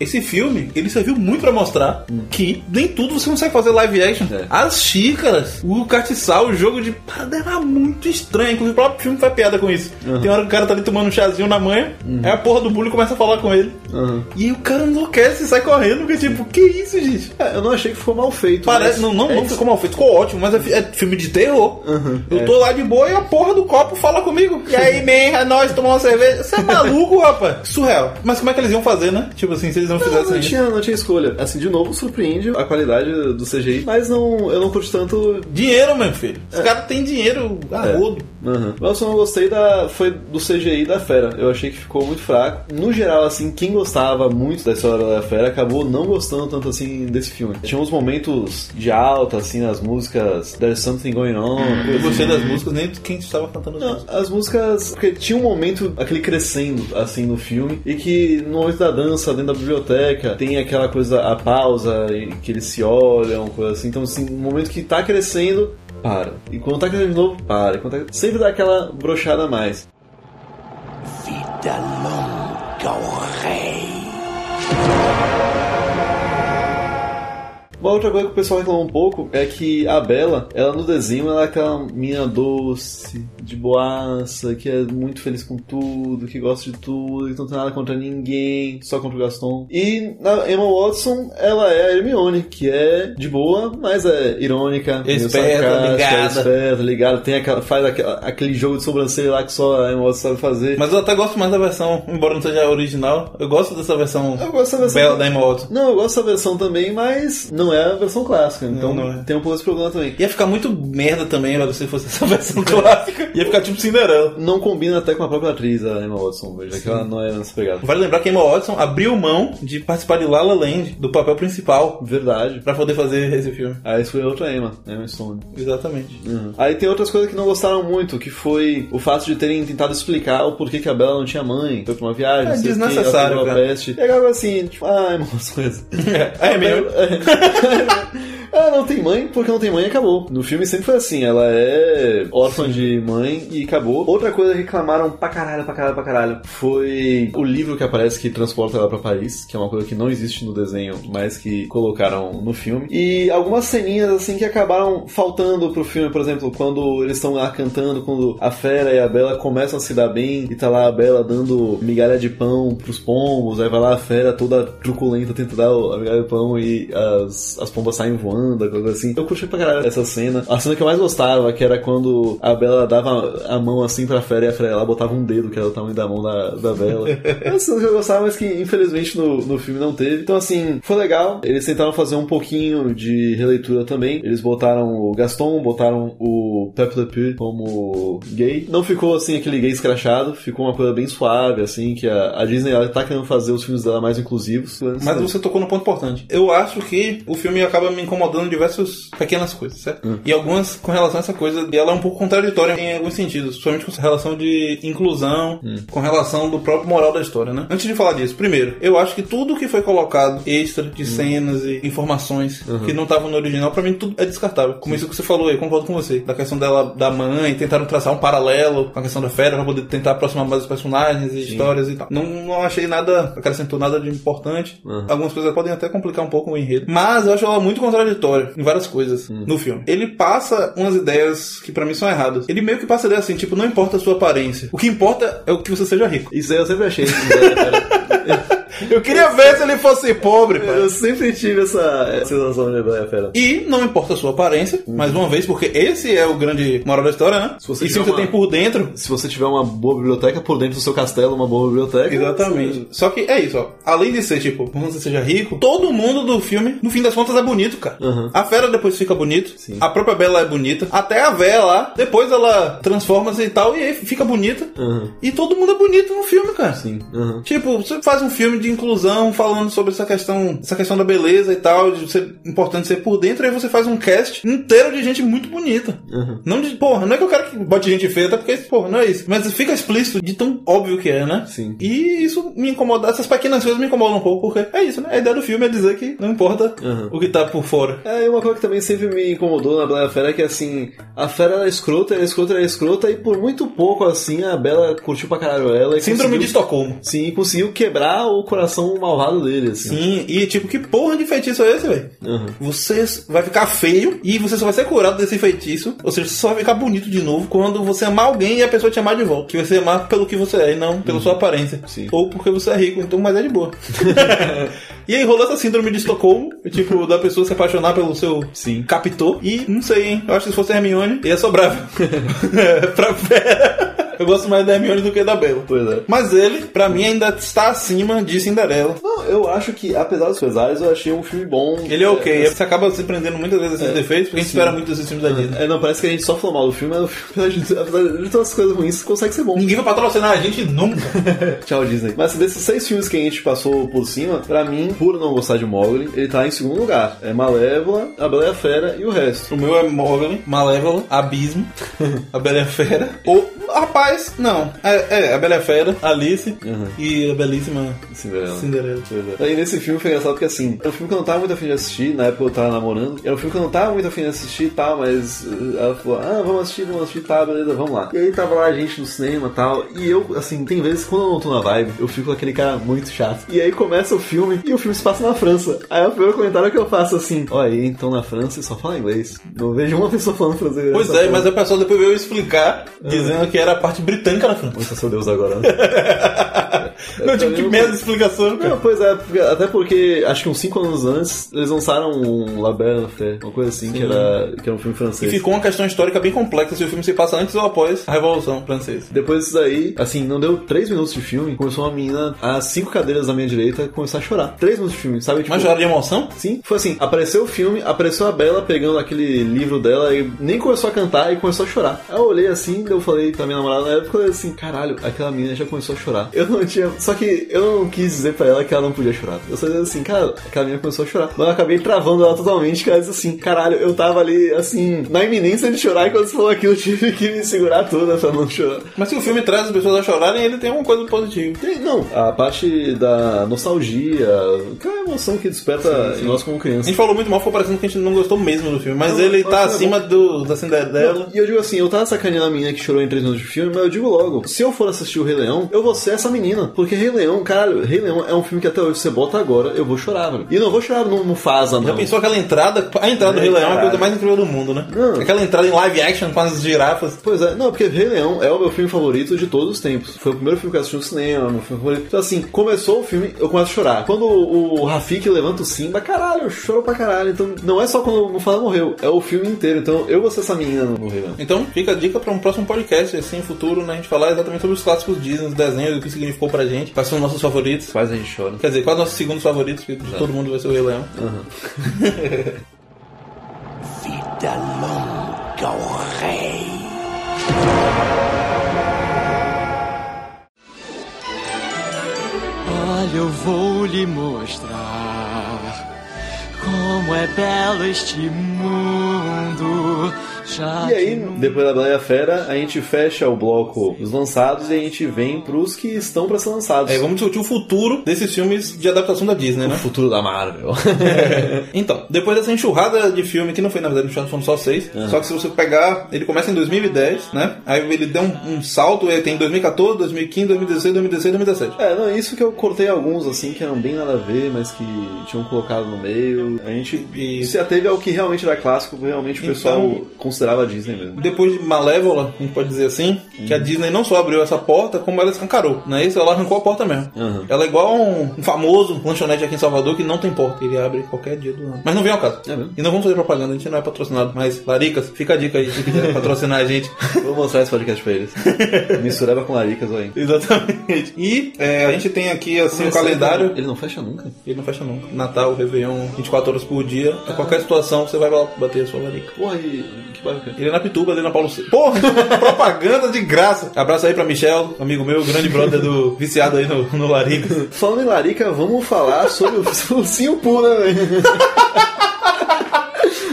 Esse filme, ele serviu muito pra mostrar que nem tudo você consegue fazer live action. Uhum. É. As xícaras, o castiçal, o jogo de parada era muito estranho. Inclusive, o próprio filme faz piada com isso. Tem hora que o cara tá ali tomando um chazinho na manhã, aí a porra do bullying começa a falar com ele. Uhum. E aí o cara enlouquece e sai correndo, porque tipo, que isso, gente? É, eu não achei que ficou mal feito. Parece, mas não, não, é não isso. é. ficou mal feito, ficou ótimo, mas é, fi- é filme de terror. Eu tô lá de boa e a porra do copo fala comigo. E [LAUGHS] aí, man, é nóis, tomar uma cerveja. Você é maluco, rapaz? Surreal. Mas como é que eles iam fazer, né? Tipo assim, se eles não Não, fizessem não, isso. tinha, não tinha escolha. Assim, de novo, surpreende a qualidade do CGI, mas não, eu não curti tanto. Dinheiro, meu filho. Os caras têm dinheiro a É. rodo. Uhum. Mas eu só não gostei da, foi do CGI da Fera. Eu achei que ficou muito fraco. No geral, assim, quem gostava muito da história da Fera acabou não gostando tanto assim desse filme. Tinha uns momentos de alta, assim, nas músicas There's Something Going On. Eu gostei das músicas, nem quem estava cantando as Não, músicas. as músicas. Porque tinha um momento, aquele crescendo, assim, no filme, e que no momento da dança, dentro da biblioteca, tem aquela coisa, a pausa, e que eles se olham, coisa assim. Então, assim, um momento que tá crescendo, para. E quando tá crescendo de novo, para. E quando tá- Sempre dá aquela brochada a mais. Vida longa ao rei. Uma outra coisa que o pessoal reclamou um pouco é que a Bela, ela no desenho, ela é aquela menina doce, de boaça, que é muito feliz com tudo, que gosta de tudo, que não tem nada contra ninguém, só contra o Gaston. E na Emma Watson, ela é a Hermione, que é de boa, mas é irônica, meio Esperta, sarcástica, é ligada. esperta, ligada, tem aquela, faz aquela- aquele jogo de sobrancelha lá que só a Emma Watson sabe fazer. Mas eu até gosto mais da versão, embora não seja a original. Eu gosto dessa versão Eu gosto dessa bela versão. da Emma Watson. Não, eu gosto dessa versão também, mas não é a versão clássica, então não é. tem um pouco esse problema também. Ia ficar muito merda também, velho, se fosse essa [LAUGHS] versão clássica. Ia ficar tipo Cinderela. não combina até com a própria atriz, a Emma Watson, veja que ela não é nessa pegada. Vale lembrar que a Emma Watson abriu mão de participar de La La Land, do papel principal, Verdade. pra poder fazer esse filme. Aí foi outra Emma, Emma Stone. Exatamente. [LAUGHS] Uhum. Aí tem outras coisas que não gostaram muito, que foi o fato de terem tentado explicar o porquê que a Bela não tinha mãe, foi pra uma É viagem, não sei o quê, desnecessário, ela pegou a cara. é [LAUGHS] peste. E agora assim, tipo, ah, Emma, as coisas. É, é mesmo. É. Ela não tem mãe porque não tem mãe e acabou. No filme sempre foi assim, ela é órfã de mãe e acabou. Outra coisa que reclamaram pra caralho, pra caralho, pra caralho, foi o livro que aparece que transporta ela pra Paris, que é uma coisa que não existe no desenho, mas que colocaram no filme. E algumas ceninhas assim que acabaram faltando pro filme, por exemplo, quando eles estão lá cantando, quando a Fera e a Bela começam a se dar bem e tá lá a Bela dando migalha de pão pros pombos, aí vai lá a Fera toda truculenta tenta dar a migalha de pão e as, as pombas saem voando, coisa assim. Eu curti pra caralho essa cena. A cena que eu mais gostava, que era quando a Bela dava a mão assim pra Fera e a Fera lá botava um dedo, que era o tamanho da mão da, da Bela. É uma cena que eu gostava, mas que infelizmente no, no filme não teve. Então assim, foi legal. Eles tentaram fazer um pouquinho de releitura também. Eles botaram o Gaston, botaram o Pepe Le Pew como gay. Não ficou assim aquele gay escrachado, ficou uma coisa bem suave, assim, que a, a Disney ela tá querendo fazer os filmes dela mais inclusivos. Mas você tocou num ponto importante. Eu acho que o filme acaba me incomodando em diversas pequenas coisas, certo? E algumas com relação a essa coisa, e ela é um pouco contraditória em alguns sentidos, principalmente com relação de inclusão, com relação do próprio moral da história, né? Antes de falar disso, primeiro, eu acho que tudo que foi colocado extra de cenas e informações que não estavam no original, pra mim tudo é descartável. Como isso que você falou, eu concordo com você, da questão dela, da mãe, tentaram traçar um paralelo com a questão da fera pra poder tentar aproximar mais os personagens e histórias e tal. Não, não achei nada, acrescentou nada de importante. Algumas coisas podem até complicar um pouco o enredo. Mas eu acho ela muito contraditória em várias coisas no filme. Ele passa umas ideias que pra mim são erradas. Ele meio que passa a ideia assim, tipo, não importa a sua aparência. O que importa é o que você seja rico. Isso aí eu sempre achei. né, cara? [LAUGHS] Eu queria ver se ele fosse pobre, pai. Eu sempre tive essa sensação de Bela e a Fera. E não importa a sua aparência, mais uma vez, porque esse é o grande moral da história, né? Se você e Uhum. se tiver você uma- tem por dentro, Se você tiver uma boa biblioteca por dentro do seu castelo, uma boa biblioteca. Exatamente. Só que é isso, ó. Além de ser, tipo, quando você seja rico, todo mundo do filme, no fim das contas, é bonito, cara. Uhum. A fera depois fica bonito. Sim. A própria Bela é bonita. Até a véia lá, depois ela transforma-se e tal, e aí fica bonita. Uhum. E todo mundo é bonito no filme, cara. Sim. Aham. Tipo, você faz um filme de inclusão falando sobre essa questão, essa questão da beleza e tal, de ser importante ser por dentro, aí você faz um cast inteiro de gente muito bonita. Não de, porra, não é que eu quero que bote gente feia, até porque, porra, não é isso. Mas fica explícito de tão óbvio que é, né? Sim. E isso me incomoda, essas pequenas coisas me incomodam um pouco, porque é isso, né? A ideia do filme é dizer que não importa Uhum. o que tá por fora. É, e uma coisa que também sempre me incomodou na Bela e a Fera é que, assim, a Fera era escrota, era escrota, era escrota, e por muito pouco, assim, a Bela curtiu pra caralho ela. E Síndrome de conseguiu, Estocolmo. Sim, e conseguiu quebrar o coração malvado dele, assim. Sim, e tipo, que porra de feitiço é esse, velho? Aham. Você vai ficar feio e você só vai ser curado desse feitiço. Ou seja, você só vai ficar bonito de novo quando você amar alguém e a pessoa te amar de volta. Que você amar pelo que você é e não pela sua aparência. Uhum. Sim. Ou porque você é rico, então, mas é de boa. [LAUGHS] [LAUGHS] e aí rolou essa síndrome de Estocolmo, tipo, da pessoa se apaixonar pelo seu Sim. captor. E não sei, hein? Eu acho que se fosse a Hermione, ia sobrar. É, [LAUGHS] pra Vera. Eu gosto mais da Hermione do que da Bela. Pois é. Mas ele, pra mim, ainda está acima de Cinderela. Não, eu acho que, apesar dos pesares, eu achei um filme bom. Ele é ok. Você acaba se prendendo muitas vezes a esses defeitos, porque a gente espera muito desses filmes da Disney. É, não, parece que a gente só falou mal do filme, mas o filme, [LAUGHS] apesar de todas as coisas ruins, consegue ser bom. Ninguém vai patrocinar a gente nunca. Tchau, Disney. Mas desses seis filmes que a gente passou por cima, pra mim, por não gostar de Mogli, ele tá em segundo lugar. É Malévola, A Bela e a Fera e o resto. [LAUGHS] o meu é Mogli, Malévola, Abismo, A Bela e a Fera. Ou, rapaz, não. É, é, A Bela e a Fera, Alice e a belíssima Cinderela. Cinderela. Pois é. Aí nesse filme foi engraçado porque assim, é um filme que eu não tava muito afim de assistir, na época eu tava namorando, era um filme que eu não tava muito afim de assistir e tal, mas eh, ela falou, ah, vamos assistir, vamos assistir, tá, beleza, vamos lá. E aí tava lá a gente no cinema e tal, e eu, assim, tem vezes que quando eu não tô na vibe, eu fico aquele cara muito chato. E aí começa o filme, e o filme se passa na França. Aí o primeiro comentário que eu faço assim, ó, aí então na França só fala inglês. Não vejo uma pessoa falando francês. Pois nessa é, mas porra. o pessoal depois veio explicar dizendo que era a parte britânica da França. Nossa, seu Deus agora, né? Não, tipo, que eu- merda de explicação, né? Não, cara. pois é, porque- até porque acho que uns 5 anos antes eles lançaram um La Belle Affaire, uma coisa assim, que era, que era um filme E francês. ficou uma questão histórica bem complexa se o filme se passa antes ou após a Revolução Francesa. Depois disso daí, assim, não deu 3 minutos de filme, começou uma menina às 5 cadeiras da minha direita começar a chorar. 3 minutos de filme, sabe? Tipo, Mas hora de emoção? Sim, foi assim, apareceu o filme, apareceu a Bela pegando aquele livro dela e nem começou a cantar e começou a chorar. Aí eu olhei assim, eu falei pra minha namorada na época, eu falei assim, caralho, aquela menina já começou a chorar. Eu não tinha Eu- só que eu não quis dizer pra ela que ela não podia chorar. Eu só dizia assim, cara, aquela menina começou a chorar. Mas eu acabei travando ela totalmente, cara. Eu disse assim, caralho, eu tava ali, assim, na iminência de chorar. E quando você falou aquilo, eu tive que me segurar toda pra não chorar. Mas se o filme traz as pessoas a chorarem, ele tem alguma coisa positiva. Tem- Não, a parte da nostalgia, aquela emoção que desperta em nós como A crianças. gente falou muito mal, ficou parecendo que a gente não gostou mesmo do filme, mas Não, ele não, tá não, acima do, da Cinderela. E eu digo assim, eu tava sacaneando a menina que chorou em três minutos de filme, mas eu digo logo, se eu for assistir o Rei Leão, eu vou ser essa menina. Porque Rei Leão, caralho, Rei Leão é um filme que até hoje você bota agora, eu vou chorar, velho. E não vou chorar no Mufasa, não. Já pensou aquela entrada? A entrada do É, Rei Leão é a coisa caralho. mais incrível do mundo, né? Não. Aquela entrada em live action com as girafas. Pois é, não, porque Rei Leão é o meu filme favorito de todos os tempos. Foi o primeiro filme que eu assisti no cinema, meu filme favorito. Então, assim, começou o filme, eu começo a chorar. Quando o Rafik levanta o Simba, caralho, eu choro pra caralho. Então, não é só quando o Mufasa morreu, é o filme inteiro. Então, eu vou ser essa menina no Rei Leão. Então fica a dica pra um próximo podcast, assim, futuro, né? A gente falar exatamente sobre os clássicos Disney, os desenhos, o que significou pra gente, quais são os nossos favoritos. Quase a gente chora. Quer dizer, quais os nossos segundos favoritos, porque de todo mundo vai ser o Rei Leão. Vida longa ao rei. Olha, eu vou lhe mostrar como é belo este mundo. Já E aí, que nunca- depois da Bela e a Fera, a gente fecha o bloco dos lançados e a gente vem pros que estão pra ser lançados. É, vamos discutir o futuro desses filmes de adaptação da Disney, né? futuro da Marvel. [LAUGHS] Então, depois dessa enxurrada de filme, que não foi na verdade enxurrada, foram só seis. Só que se você pegar, ele começa em 2010, né? Aí ele deu um, um salto, aí tem 2014, 2015, 2016, 2016, 2017. É, não, isso que eu cortei alguns, assim, que eram bem nada a ver, mas que tinham colocado no meio. A gente E- se ateve ao que realmente era clássico, realmente o Então- pessoal considerava Disney mesmo. Depois de Malévola, a gente pode dizer assim, que a Uhum. Disney não só abriu essa porta, como ela escancarou, não é isso? Ela arrancou a porta mesmo. Uhum. Ela é igual um, um famoso lanchonete aqui em Salvador que não tem porta, ele abre qualquer dia do ano. Mas não vem ao caso. É mesmo? E não vamos fazer propaganda, a gente não é patrocinado, mas Laricas, fica a dica aí se quiser patrocinar a [LAUGHS] gente. Vou mostrar esse podcast [LAUGHS] pra eles. Misturava com laricas, olha. Exatamente. E é, a gente tem aqui assim o calendário. Ele não fecha nunca? Ele não fecha nunca. Natal, Réveillon, 24 horas por dia. A qualquer situação você vai lá bater a sua larica. Porra, e que bairro que é? Ele é na Pituba, ali na Paulo C. Porra! [LAUGHS] propaganda de graça! Abraço aí pra Michel, amigo meu, grande brother do viciado aí no, no larica. Falando em larica, vamos falar sobre o [LAUGHS] ursinho Poo, né, [LAUGHS] velho?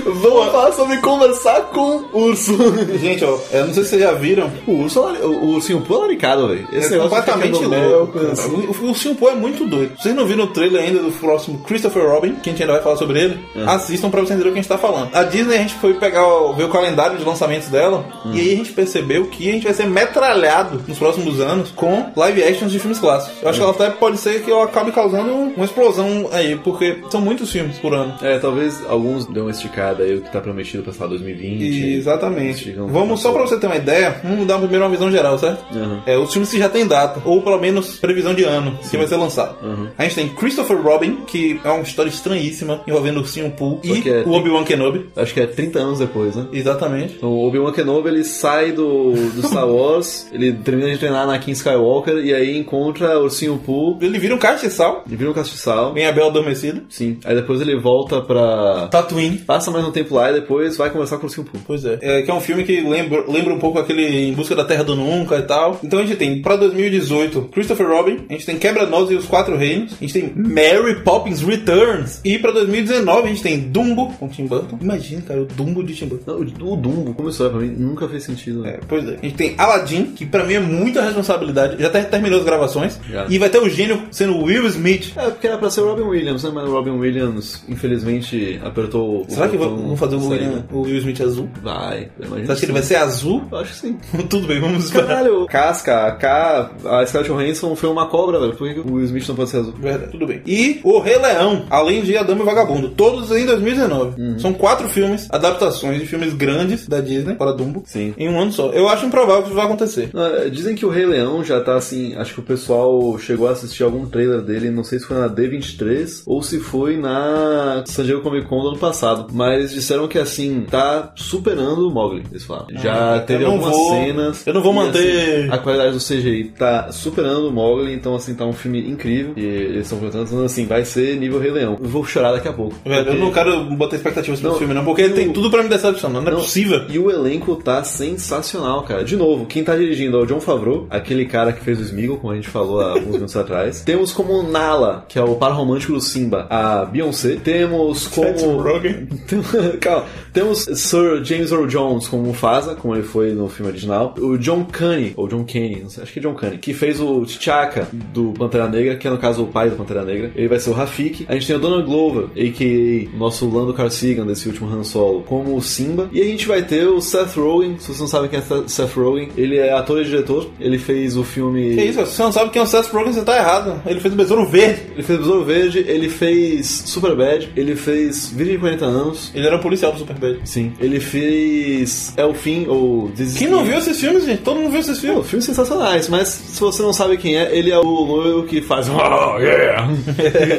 Vamos falar sobre conversar com urso. Gente, ó, eu não sei se vocês já viram. O urso, é lari- o o ursinho Poo é laricado, velho. Esse é negócio fica completamente no mel, louco. coisa assim. O, o Ursinho Poo é muito doido. Vocês não viram o trailer ainda do próximo Christopher Robin, que a gente ainda vai falar sobre ele? Assistam pra você entender o que a gente tá falando. A Disney, a gente foi pegar o, ver o calendário de lançamentos dela, e aí a gente percebeu que a gente vai ser metralhado nos próximos anos com live actions de filmes clássicos. Eu acho que ela até pode ser que ela acabe causando uma explosão aí, porque são muitos filmes por ano. É, talvez alguns dê uma esticada aí, o que tá prometido pra, sei lá, 2020. Exatamente. Esticam- Vamos só pra você ter uma ideia, vamos dar primeiro uma visão geral, certo? Aham. É, os filmes que já tem data, ou pelo menos previsão de ano, que vai ser lançado. Uhum. A gente tem Christopher Robin, que é uma história estranhíssima envolvendo o Ursinho Pooh Só e que é- o Obi-Wan Kenobi. Acho que é 30 anos depois, né? Exatamente. Então, o Obi-Wan Kenobi, ele sai do, do Star Wars, ele termina de treinar na King Skywalker, e aí encontra o ursinho Poo, Ele vira um castiçal, ele vira um castiçal. vem a Bela Adormecida, Sim. Aí depois ele volta pra... Tatooine. Passa mais um tempo lá e depois vai conversar com o ursinho Poo. Pois é. É, que é um filme que lembra, lembra um pouco aquele Em Busca da Terra do Nunca e tal. Então a gente tem, pra 2018, Christopher Robin, a gente tem Quebra-Nós e os Quatro Reinos, a gente tem Mary Poppins Returns, e pra 2019 a gente tem Dumbo com Tim Burton. Imagina, cara, o Dumbo de Tim Burton. Não, o, o Dumbo, como isso é pra mim, nunca fez sentido. É, Né? pois é. A gente tem Aladdin, que pra mim é muita responsabilidade. Já até terminou as gravações. Já. E vai ter o gênio sendo Will Smith. É. porque era pra ser o Robin Williams, né? Mas o Robin Williams, infelizmente, apertou o Será que vão botão vão fazer o saída. William- o Will Smith azul? Vai, eu imagino Você acha que ele vai sim. ser azul? [LAUGHS] Eu acho que sim. Tudo bem, vamos esperar. Caralho, Casca, a K, a Scarlett Johansson foi uma cobra, velho. Por que que o Will Smith não pode ser azul? Verdade, tudo bem. E O Rei Leão, além de A Dama e o Vagabundo, todos em 2019. Uhum. São quatro filmes, adaptações de filmes grandes da Disney, para Dumbo, Sim. em um ano só. Eu acho improvável que isso vai acontecer. Não, é, Dizem que o Rei Leão já tá assim. Acho que o pessoal chegou a assistir algum trailer dele. Não sei se foi na D23 ou se foi na San Diego Comic Con do ano passado. Mas Mas disseram que assim, tá superando o Mogli, eles falaram. Já Ah, teve Ah, eu não algumas vou- cenas. eu não vou e, manter- assim, a qualidade do CGI tá superando o Mogli, então assim, tá um filme incrível. E eles estão contando, então, assim, vai ser nível Rei Leão. Eu vou chorar daqui a pouco. Velho, eu Porque- não quero botar expectativas pro Não, filme, não, porque ele tem tudo pra me decepcionar, não, é Não. possível. E o elenco tá sensacional, cara. De novo, quem tá dirigindo é o John Favreau, aquele cara que fez o Smeagol, como a gente falou há alguns [LAUGHS] minutos atrás. Temos como Nala, que é o par romântico do Simba, a Beyoncé. Temos Seth como. Rogen. Tem- Então, [LAUGHS] Calma. Temos Sir James Earl Jones como Mufasa, como ele foi no filme original. O John Caney, ou John Caney, não sei, acho que é John Caney, que fez o T'Chaka do Pantera Negra, que é no caso o pai do Pantera Negra. Ele vai ser o Rafiki. A gente tem o Donald Glover, a.k.a. o nosso Lando Carsigan desse último Han Solo, como o Simba. E a gente vai ter o Seth Rogen, se vocês não sabem quem é Seth- Seth Rogen, ele é ator e diretor. Ele fez o filme... Que isso, você não sabe quem é o Seth Rogen, você tá errado. Ele fez o Besouro Verde. Ele fez o Besouro Verde, ele fez Superbad, ele fez Virgem de 40 Anos, Ele era um policial do Superbad. Sim. Ele fez É o Fim ou This Is Quem não Me. viu esses filmes, gente? Todo mundo viu esses Pô, filmes. filmes sensacionais, mas se você não sabe quem é, ele é o loiro que faz. um [LAUGHS] "Oh, yeah!"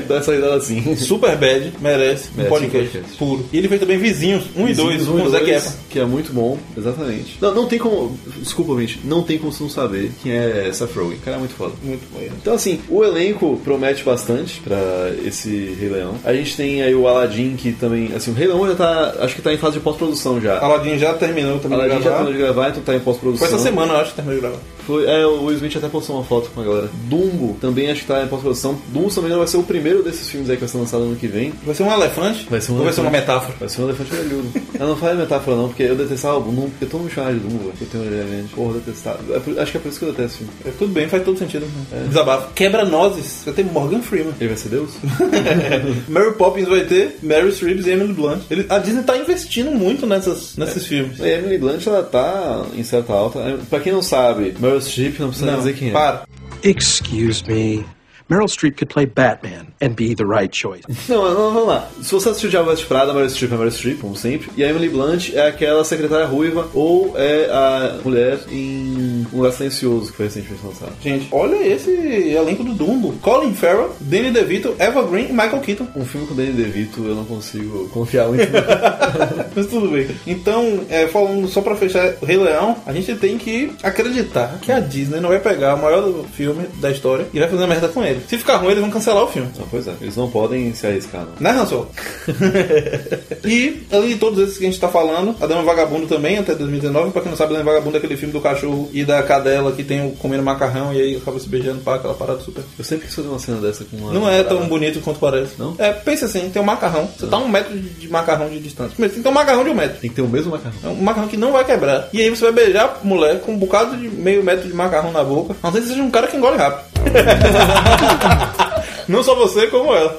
Dá essa risada assim. Um Superbad merece um Merece podcast, um podcast. puro. E ele fez também Vizinhos 1 e 2, Um com o Zac dois, Efron. Que é muito bom, exatamente. Não, não tem como. Desculpa, gente. Não tem como você não saber quem é Seth Rogen. O cara é muito foda. Muito bom. ele. Então, assim, o elenco promete bastante pra esse Rei Leão. A gente tem aí o Aladdin, que também. Assim, o Rei Leão já tá. Acho que tá em fase de pós-produção já. Aladdin já terminou também Aladdin de já gravar. tá de gravar, então tá em Foi pós-produção. essa semana, eu acho, que terminou de gravar. Foi, é, o Will Smith até postou uma foto com a galera. Dumbo também acho que tá em pós-produção. Dumbo também não vai ser o primeiro desses filmes aí que vai ser lançado ano que vem. Vai ser um elefante? Vai ser um Ou vai ser uma metáfora? Vai ser um elefante velhudo. eu não falei metáfora não, porque eu detestava o Dumbo, porque todo mundo chamava de Dumbo, velho. Eu tenho orelha grande. Porra, eu detestava. É por- acho que é por isso que eu detesto esse filme. É, tudo bem, faz todo sentido. É. Desabafo. Quebra nozes. Vai ter Morgan Freeman. Ele vai ser Deus? [LAUGHS] É. Mary Poppins vai ter Mary Streep e Emily Blunt. Ele- a Disney tá investindo muito nessas, É. nesses filmes. a Emily Blunt, ela tá em certa alta. Pra quem não sabe, Meryl Streep não precisa nem dizer quem é. para. Excuse me. Meryl Streep could play Batman and be the right choice. Não, mas vamos lá. Se você assistiu Diabo Veste Prada, Meryl Streep é Meryl Streep, como sempre. E a Emily Blunt é aquela secretária ruiva ou é a mulher em Um Lugar Silencioso, que foi recentemente lançado. Gente, olha esse elenco do Dumbo. Colin Farrell, Danny DeVito, Eva Green e Michael Keaton. Um filme com Danny DeVito, eu não consigo confiar muito. [LAUGHS] no- Mas tudo bem. Então, é, falando só pra fechar Rei Leão, a gente tem que acreditar que a Disney não vai pegar o maior filme da história e vai fazer merda com ele. Se ficar ruim, eles vão cancelar o filme. não, pois é, eles não podem se arriscar, não. Né, Hansol? [LAUGHS] e, além de todos esses que a gente tá falando, a Dama Vagabundo também, até 2019. Pra quem não sabe, a Dama Vagabundo é aquele filme do cachorro e da cadela que tem o comendo macarrão e aí acaba se beijando para aquela parada super. Eu sempre quis fazer uma cena dessa com uma. Não é tão bonito quanto parece. Não? É, pensa assim, tem um macarrão. Você tá a um metro de, de macarrão de distância. Primeiro, tem que ter um macarrão de um metro. Tem que ter o mesmo macarrão. É um macarrão que não vai quebrar. E aí você vai beijar a mulher com um bocado de meio metro de macarrão na boca. A não ser que seja um cara que engole rápido. [LAUGHS] não só você, como ela.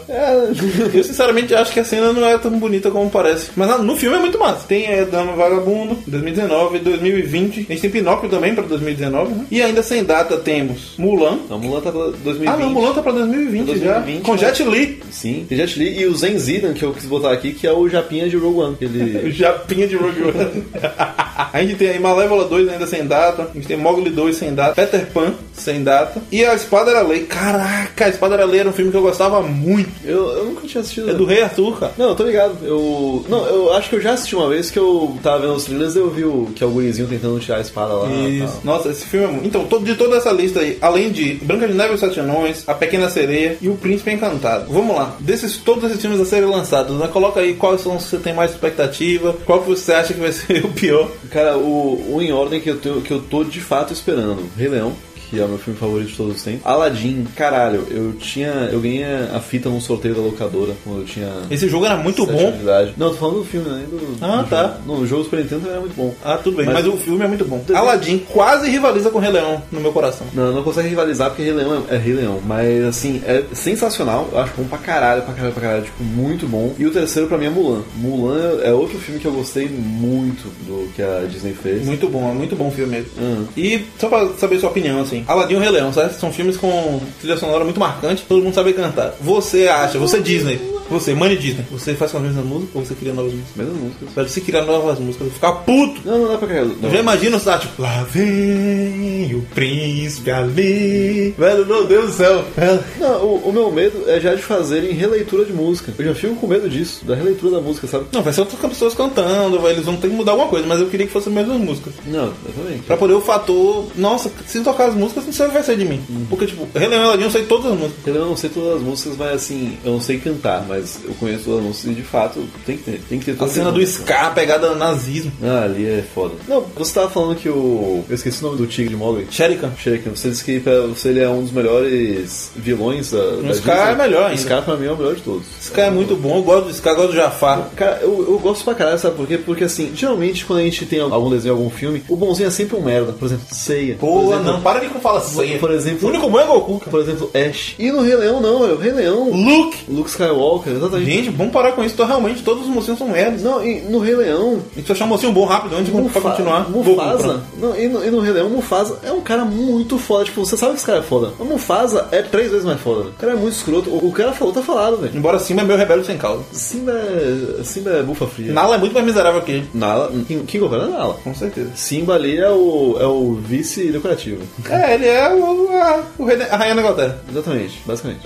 Eu sinceramente acho que a cena não é tão bonita como parece. Mas ah, no filme é muito massa. Tem é, Dama Vagabundo, 2019, 2020. A gente tem Pinóquio também pra 2019, né? E ainda sem data temos Mulan. Não, Mulan tá pra 2020. Ah, não, Mulan tá pra 2020, já. 2020, Com né? Jet Li. Sim, tem Jet Li e o Zen Zidane, que eu quis botar aqui, que é o Japinha de Rogue One. que O [LAUGHS] Ele... Japinha de Rogue One. [LAUGHS] a gente tem aí Malévola 2 ainda sem data. A gente tem Mogli 2 sem data. Peter Pan sem data. E a Espada era Lei. Caraca, a Espada era Lei era um filme que eu gostava muito. eu, eu nunca tinha assistido. É do Rei Arthur, cara. Não, eu tô ligado. Eu. Não, eu acho que eu já assisti uma vez que eu tava vendo os trilhas e eu vi o, que é o gurizinho tentando tirar a espada lá. Isso. Nossa, esse filme é muito. Então, todo- de toda essa lista aí, além de Branca de Neve e os Sete Anões, A Pequena Sereia e O Príncipe Encantado. Vamos lá. Desses todos esses filmes a serem lançados, né? Coloca aí quais são os que você tem mais expectativa, qual que você acha que vai [LAUGHS] ser o pior. tal. Cara, o, o em ordem que eu, tenho, que eu tô de fato esperando. Rei Leão. Que é o meu filme favorito de todos os tempos. Aladdin, caralho, eu tinha. Eu ganhei a fita num sorteio da locadora quando eu tinha. Esse jogo era muito sete bom. anos de idade. Não, tô falando do filme, né? Do, Ah, do tá. Jogo. Não, o jogo Super Nintendo também era muito bom. Ah, tudo bem, mas, Mas- o filme é muito bom. Aladdin quase rivaliza com o Rei Leão no meu coração. Não, não consegue rivalizar porque Rei Leão é, é Rei Leão. Mas assim, é sensacional. Eu acho bom pra caralho, pra caralho, pra caralho. Tipo, muito bom. E o terceiro pra mim é Mulan. Mulan é outro filme que eu gostei muito do que a Disney fez. Muito bom, é muito bom o filme mesmo. Hum. E só pra saber sua opinião, assim, Aladdin e o Rei Leão, sabe? São filmes com trilha sonora muito marcante, todo mundo sabe cantar. Você acha, você Disney, Você, Money Disney, você faz com a mesma música ou você cria novas músicas? Mesmas músicas. Pra você criar novas músicas, eu vou ficar puto! Não, não dá pra criar. Não. Eu já imagino, sabe, tipo, lá vem o príncipe ali. Velho, meu Deus do céu. Não, o, o meu medo é já de fazerem releitura de música. Eu já fico com medo disso, da releitura da música, sabe? Não, vai ser outras pessoas cantando, vai, eles vão ter que mudar alguma coisa, mas eu queria que fossem as mesmas músicas. Não, exatamente. Pra poder o fator, nossa, se tocar as músicas, não sei o que vai ser de mim. Porque, tipo, Releão Eladinho, eu sei todas as músicas. Eu não sei todas as músicas, mas assim, eu não sei cantar, mas eu conheço todas as músicas e de fato tem que ter, tem que ter A todas cena as do músicas. Scar, a pegada nazismo. Ah, ali é foda. Não, você tava falando que o. Eu esqueci o nome do Tigre de Mogli. Sherikan. Shuriken, você disse que pra você ele é um dos melhores vilões da. da Scar Disney. é melhor ainda. Scar pra mim é o melhor de todos. Scar é muito bom, eu gosto do Scar, eu gosto do Jafar. Cara, eu, eu gosto pra caralho, sabe por quê? Porque assim, geralmente quando a gente tem algum desenho, algum filme, o bonzinho é sempre um merda. Por exemplo, Seiya. por Boa, exemplo, não, para de falar assim. Por exemplo- o único bom é Goku. cara. Por exemplo, Ash. E no Rei Leão não, velho. Rei Leão, Luke! Luke Skywalker, exatamente. Gente, vamos parar com isso, tô realmente, todos os mocinhos são merdas. Não, e no Rei Leão, A gente precisa achar um mocinho bom rápido antes de Mufa- continuar. Goku, Mufasa, pronto. não, e, no, e no Rei Leão, Mufasa é um cara muito foda. Tipo, você sabe que esse cara é foda. O Mufasa é três vezes mais foda. velho. O cara é muito escroto. O, o cara falou, tá falado, velho. Embora Simba é meu rebelde sem causa. Simba é, Simba é bufa fria. Nala é muito mais miserável que ele. Nala. Quem, quem governa é Nala. Com certeza. Simba ali é o, é o vice decorativo. É, ele é o, a, o rei, da- a rainha da Inglaterra. Exatamente, [LAUGHS] basicamente.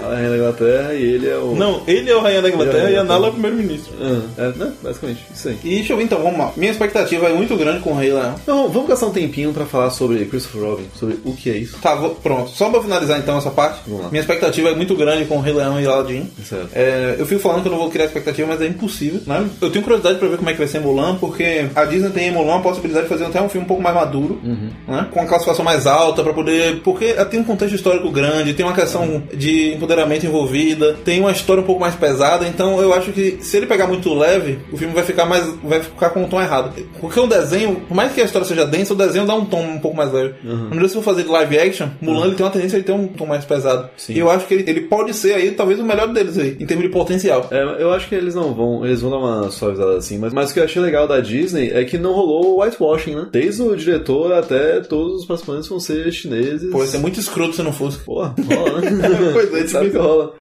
Ela é rainha da Inglaterra e ele é o. Não, ele é o rainha da Inglaterra Ele e a é o rainha da Nala é o Inglaterra. primeiro-ministro. Ah, é, né? Basicamente, isso aí. E deixa eu ver então, vamos lá. Minha expectativa é muito grande com o Rei Leão. Então, vamos gastar um tempinho pra falar sobre Christopher Robin, sobre o que é isso. Tá, vou- pronto. Só pra finalizar então essa parte, Vamos lá. minha expectativa é muito grande com o Rei Leão e Aladdin. Certo. É, eu fico falando que eu não vou criar expectativa, mas é impossível. né? Eu tenho curiosidade pra ver como é que vai ser Mulan, porque a Disney tem em Mulan a possibilidade de fazer até um filme um pouco mais maduro, Uhum. né? com uma classificação mais alta pra poder. Porque tem um contexto histórico grande, tem uma questão de empoderamento envolvida, tem uma história um pouco mais pesada. Então eu acho que se ele pegar muito leve, o filme vai ficar mais, vai ficar com um tom errado. Porque um desenho, por mais que a história seja densa, o desenho dá um tom um pouco mais leve. Uhum. Na medida que se for fazer de live action, Mulan ele tem uma tendência de ter um tom mais pesado. Sim. E eu acho que ele, ele pode ser aí talvez o melhor deles aí, em termos de potencial. É, eu acho que eles não vão, eles vão dar uma suavizada assim, mas, mas o que eu achei legal da Disney é que não rolou o whitewashing, né? Desde o diretor até todos os participantes vão ser chineses. Pô, ia ser muito escroto se não fosse. Porra, rola, né? [LAUGHS] Pois é, sabe que rola.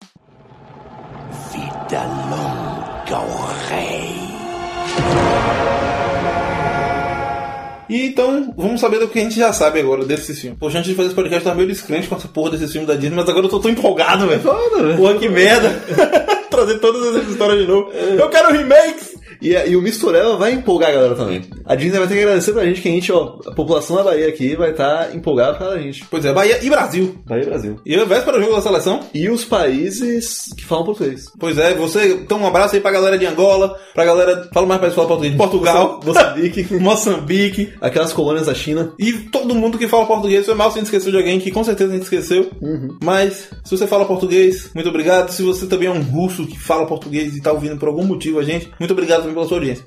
Vida longa ao rei. E então, vamos saber do que a gente já sabe agora desse filme. Poxa, antes de fazer esse podcast, eu tava meio descrente com essa porra desse filme da Disney, mas agora eu tô tão empolgado, velho. Foda, velho. Porra, que merda. [LAUGHS] Trazer todas essas histórias de novo. É. Eu quero remakes! E, e o Misturela vai empolgar a galera também. A Disney vai ter que agradecer pra gente que a gente, ó, a população da Bahia aqui vai estar empolgada pra gente. Pois é, Bahia e Brasil. Bahia e Brasil. E eu véspera do jogo da seleção. E os países que falam português. Pois é, você. Então, um abraço aí pra galera de Angola, pra galera. Fala mais pra eles falar português. de Portugal, Moçambique, [LAUGHS] Moçambique. [LAUGHS] aquelas colônias da China. E todo mundo que fala português, foi mal se a gente esqueceu de alguém que com certeza a gente esqueceu. Mas, se você fala português, muito obrigado. Se você também é um russo que fala português e tá ouvindo por algum motivo a gente, muito obrigado também pela sua audiência.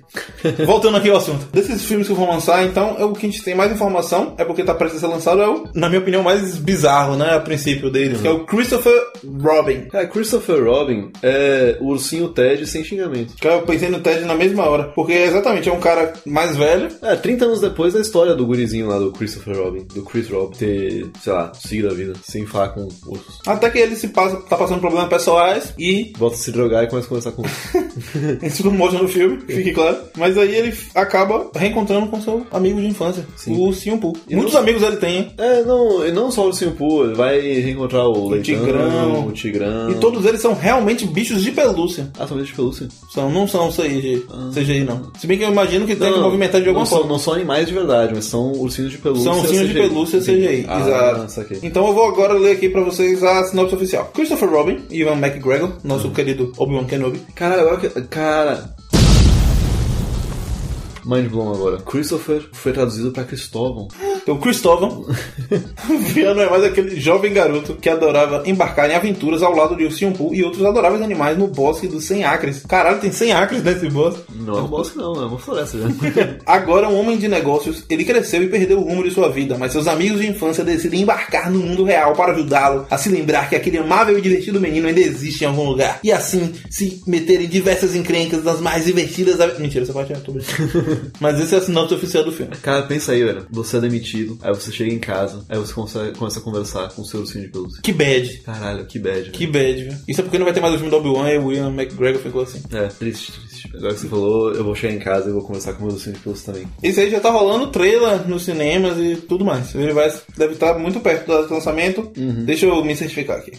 Voltando aqui ao assunto. Desses filmes que vão lançar, então, é o que a gente tem mais informação, é porque tá prestes a ser lançado, é o, na minha opinião, mais bizarro, né? A princípio dele, que é o Christopher Robin. Cara, Christopher Robin é o ursinho Ted sem xingamento. Que eu pensei no Ted na mesma hora, porque exatamente é um cara mais velho, É, 30 anos depois da história do gurizinho lá do Christopher Robin, do Chris Robin ter, sei lá, seguido a vida sem falar com outros. até que ele se passa, tá passando problemas pessoais e [LAUGHS] Volta a se drogar e começa a conversar com outros. Isso não mostra no filme, fique claro. Mas aí ele acaba reencontrando com seu amigo de infância, Sim. o Simpu. E Muitos não- amigos ele tem, hein? É, não, e não só o ursinho Poo, ele vai reencontrar o, Leitão, Tigrão. o Tigrão. e todos eles são realmente bichos de pelúcia. Ah, são bichos de pelúcia. Ah. São, não são CG, CGI, não. Se bem que eu imagino que tem que Não, movimentar de alguma não são- forma. não são animais de verdade, mas são ursinhos de pelúcia. São ursinhos de CGI. pelúcia CGI, Ah, exato. saquei. Então eu vou agora ler aqui pra vocês a sinopse oficial. Christopher Robin, Ivan McGregor, Hum. nosso querido Obi-Wan Kenobi. Caralho, agora que. Cara. Mind blown agora. Christopher foi traduzido pra Cristóvão. Então, Cristóvão Viano é mais aquele jovem garoto que adorava embarcar em aventuras ao lado de Ursinho Poo e outros adoráveis animais no bosque dos 100 acres. Caralho, tem 100 acres nesse bosque. Não é um bosque, não, é uma [LAUGHS] floresta já. Agora, um homem de negócios, ele cresceu e perdeu o rumo de sua vida, mas seus amigos de infância decidem embarcar no mundo real para ajudá-lo a se lembrar que aquele amável e divertido menino ainda existe em algum lugar. E assim, se meter em diversas encrencas das mais divertidas... Mentira, essa parte é tudo. mas esse é a sinopse oficial do filme. Cara, pensa aí, velho. Você é demitido vestido. Aí você chega em casa, aí você consegue- começa a conversar com o seu ursinho de pelúcia. Que bad. Caralho, que bad. Que bad, viu? Isso é porque não vai ter mais o filme do Obi-Wan e o William McGregor ficou assim. É, triste, triste. Agora que você falou, eu vou chegar em casa e vou conversar com o meu ursinho de pelúcia também. Isso aí já tá rolando trailer nos cinemas e tudo mais. Ele vai, deve estar muito perto do data de lançamento. Deixa eu me certificar aqui.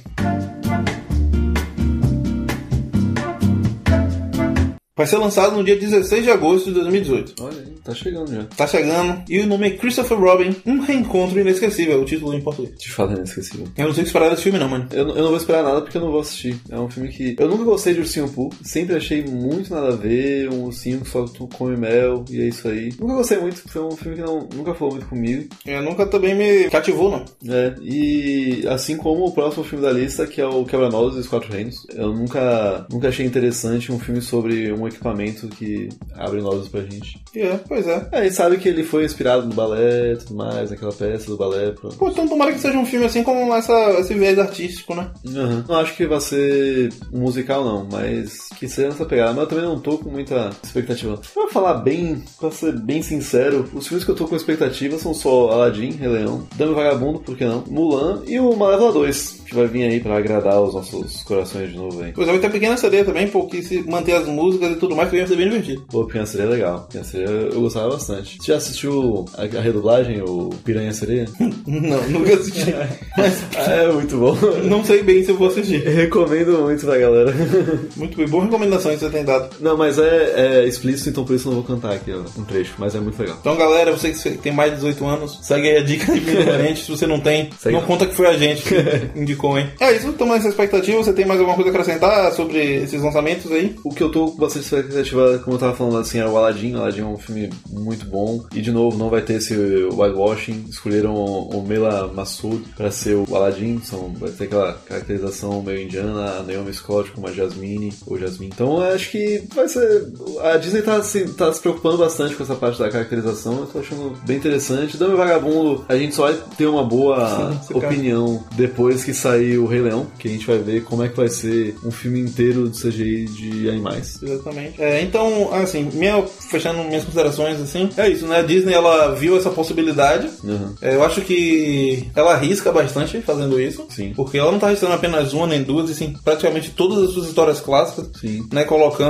Vai ser lançado no dia 16 de agosto de 2018. Olha aí, tá chegando já. Tá chegando. E o nome é Christopher Robin, um reencontro inesquecível, o título em português. Te falando, esqueci. Eu não sei o que esperar desse filme não, mano. Eu, não- eu não vou esperar nada porque eu não vou assistir. É um filme que. Eu nunca gostei de Ursinho Pooh. Sempre achei muito nada a ver. Um ursinho que só tu come mel e é isso aí. Nunca gostei muito. Foi um filme que não, nunca falou muito comigo. Eu É, nunca também me cativou, não. né? E assim como o próximo filme da lista, que é o Quebra-Nozes e os Quatro Reinos. Eu nunca, nunca achei interessante um filme sobre um equipamento que abre nozes pra gente. E é, pois é. É, A gente sabe que ele foi inspirado no balé e tudo mais, naquela peça do balé. Pra... Pô, então tomara que seja um filme assim como essa, esse viés artístico, né? Aham. Não acho que vai ser um musical, não, mas que seja nessa pegada. Mas eu também não tô com muita expectativa. Pra falar bem, pra ser bem sincero, os filmes que eu tô com expectativa são só Aladdin, Rei Leão, Dame e Vagabundo, por que não? Mulan e o Malévola 2, que vai vir aí pra agradar os nossos corações de novo aí. Pois é, vai ter pequena sereia também, porque se manter as músicas e tudo mais, porque ia ser bem divertido. [LAUGHS] Pô, Piranha Sereia é legal. Piranha Sereia eu gostava bastante. Você já assistiu a, a redublagem, o Piranha Sereia? Não, nunca assisti. Mas Ah, [LAUGHS] é muito bom. [LAUGHS] não sei bem se eu vou assistir. Recomendo muito pra galera. [LAUGHS] Muito bem, boa recomendação que você tem dado. Não, mas é, é explícito, então por isso eu não vou cantar aqui ó, um trecho, mas é muito legal. Então, galera, você que tem mais de 18 anos, segue aí a dica de [LAUGHS] Menino Valente. Se você não tem, Segue não lá. conta que foi a gente que [LAUGHS] indicou, hein? É isso, toma essa expectativa. Você tem mais alguma coisa a acrescentar sobre esses lançamentos aí? O que eu tô com bastante expectativa, como eu tava falando assim, era o Aladdin. O Aladdin é um filme muito bom. E de novo, não vai ter esse whitewashing. Escolheram o Mela Massoud pra ser o Aladdin. São, vai ter aquela caracterização meio indiana, a Naomi Scott como a Jasmine ou Jasmine. Então eu acho que vai ser. A Disney tá se, tá se preocupando bastante com essa parte da caracterização. Eu tô achando bem interessante. Dame Vagabundo, a gente só vai ter uma boa Sim, você opinião. opinião depois que sair o Rei Leão, que a gente vai ver como é que vai ser um filme inteiro de CGI de animais. Exatamente. É, então, assim, minha, fechando minhas considerações, assim, é isso, né? A Disney, ela viu essa possibilidade. Uhum. É, eu acho que ela arrisca bastante fazendo isso. Sim. Porque ela não tá arriscando apenas uma nem duas, e sim praticamente todas as suas histórias clássicas. Sim. Né,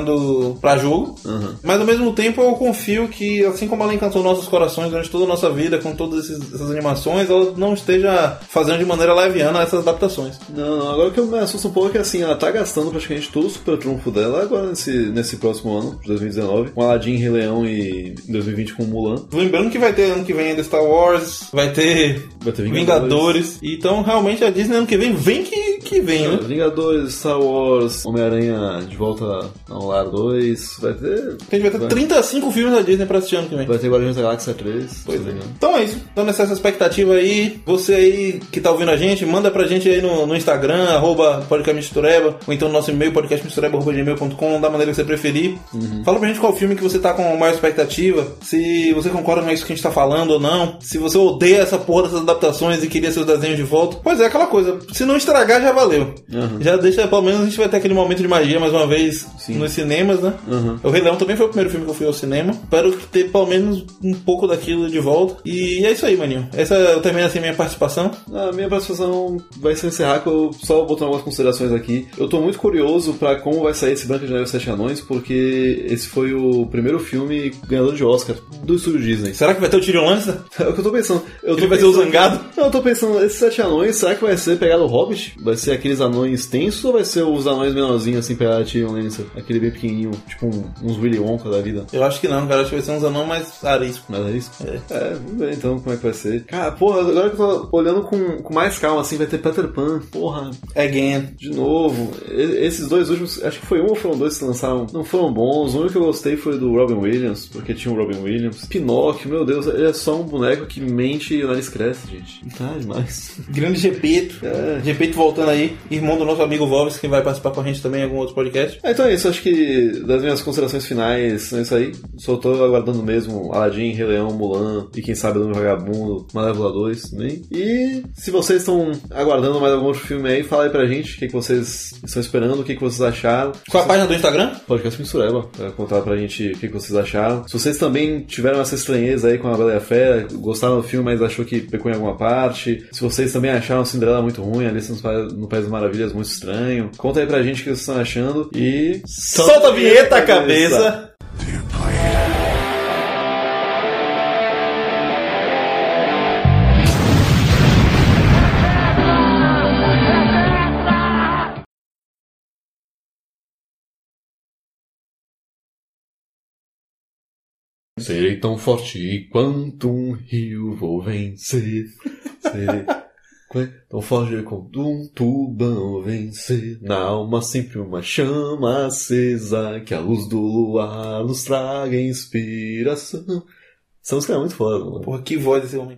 colocando pra jogo. Uhum. Mas ao mesmo tempo eu confio que, assim como ela encantou nossos corações durante toda a nossa vida com todas esses- essas animações, ela não esteja fazendo de maneira leviana essas adaptações. Não, não, agora o que eu me assusta um pouco é que assim, ela tá gastando praticamente todo o super trunfo dela agora nesse, nesse próximo ano, de 2019, com Aladdin, Rei Leão e em 2020 com Mulan. Lembrando que vai ter ano que vem ainda Star Wars, vai ter Vai ter Vingadores. É. Vingadores. Então, realmente, a Disney ano que vem, vem que, que vem, né? Vingadores, Star Wars, Homem-Aranha de volta ao Lar 2, vai ter. A gente vai ter 35 filmes da Disney pra assistir ano que vem. Vai ter Guardiões da Galáxia 3. Pois é. Então é isso. Então, nessa expectativa aí, você aí que tá ouvindo a gente, manda pra gente aí no, no Instagram, arroba podcastmistureba, ou então no nosso e-mail, podcastmistureba.gmail.com, da maneira que você preferir. Uhum. Fala pra gente qual filme que você tá com maior expectativa, se você concorda com isso que a gente tá falando ou não, se você odeia essa porra dessas adaptações e queria seus desenhos de volta. Pois é, aquela coisa, se não estragar, já valeu. Uhum. Já deixa, pelo menos a gente vai ter aquele momento de magia mais uma vez Sim. nos cinemas, né? Uhum. O Rei Leão também foi o primeiro filme que eu fui ao cinema. Espero ter pelo menos um pouco daquilo de volta. E é isso aí, maninho. Essa eu termino assim minha participação. A minha participação vai se encerrar que eu só vou botar algumas considerações aqui. Eu tô muito curioso pra como vai sair esse Branca de Neve e os Sete Anões, porque esse foi o primeiro filme ganhador de Oscar do estúdio Disney. [LAUGHS] Será que vai ter o Tyrion Lannister? É o que eu tô pensando. Eu tô Ele vai ser o pensando... zangado? Não, eu tô pensando, esses sete anões, será que vai ser pegado o Hobbit? Vai ser aqueles anões tensos ou vai ser os anões menorzinhos, assim, pegado Tyrion Lannister? Aquele bem pequenininho, tipo um- uns Willy Wonka da vida. Eu acho que não, cara. Acho que vai ser uns anão mais arisco. Mas é isso? É. vamos ver então como é que vai ser. Cara, porra, agora que eu tô olhando com, com mais calma, assim, vai ter Peter Pan. Porra, Again. de novo, e- esses dois últimos, acho que foi um ou foram dois que lançaram, não foram bons. O único que eu gostei foi do Robin Williams, porque tinha o Robin Williams. Pinóquio, meu Deus, ele é só um boneco que mente e o nariz cresce, gente. Ah, demais. Grande Gepeto. [LAUGHS] É. Gepeto voltando aí. Irmão do nosso amigo Volves, que vai participar com a gente também em algum outro podcast. Ah, então é isso, acho que das minhas considerações finais é isso aí. Só tô aguardando mesmo Aladdin, Rei Leão, Mulan e quem sabe Dom Vagabundo, Malévola 2 também. E se vocês estão aguardando mais algum outro filme aí, fala aí pra gente o que, que vocês estão esperando, o que, que vocês acharam. Sua página do Instagram? Podcast Mistureba, pra contar pra gente o que, que vocês acharam. Se vocês também tiveram essa estranheza aí com a Bela e a Fera, gostaram do filme, mas achou que pecou em alguma parte. Se vocês também acharam Cinderela muito ruim, Alice no Pa- no País das Maravilhas muito estranho, conta aí pra gente o que vocês estão achando e... Solta a vinheta, cabeça! Serei tão forte quanto um rio, vou vencer. Serei qu- tão forte quanto um tubão, vencer. Na alma sempre uma chama acesa, que a luz do luar nos traga inspiração. Essa música é muito foda, mano. Porra, que voz desse homem.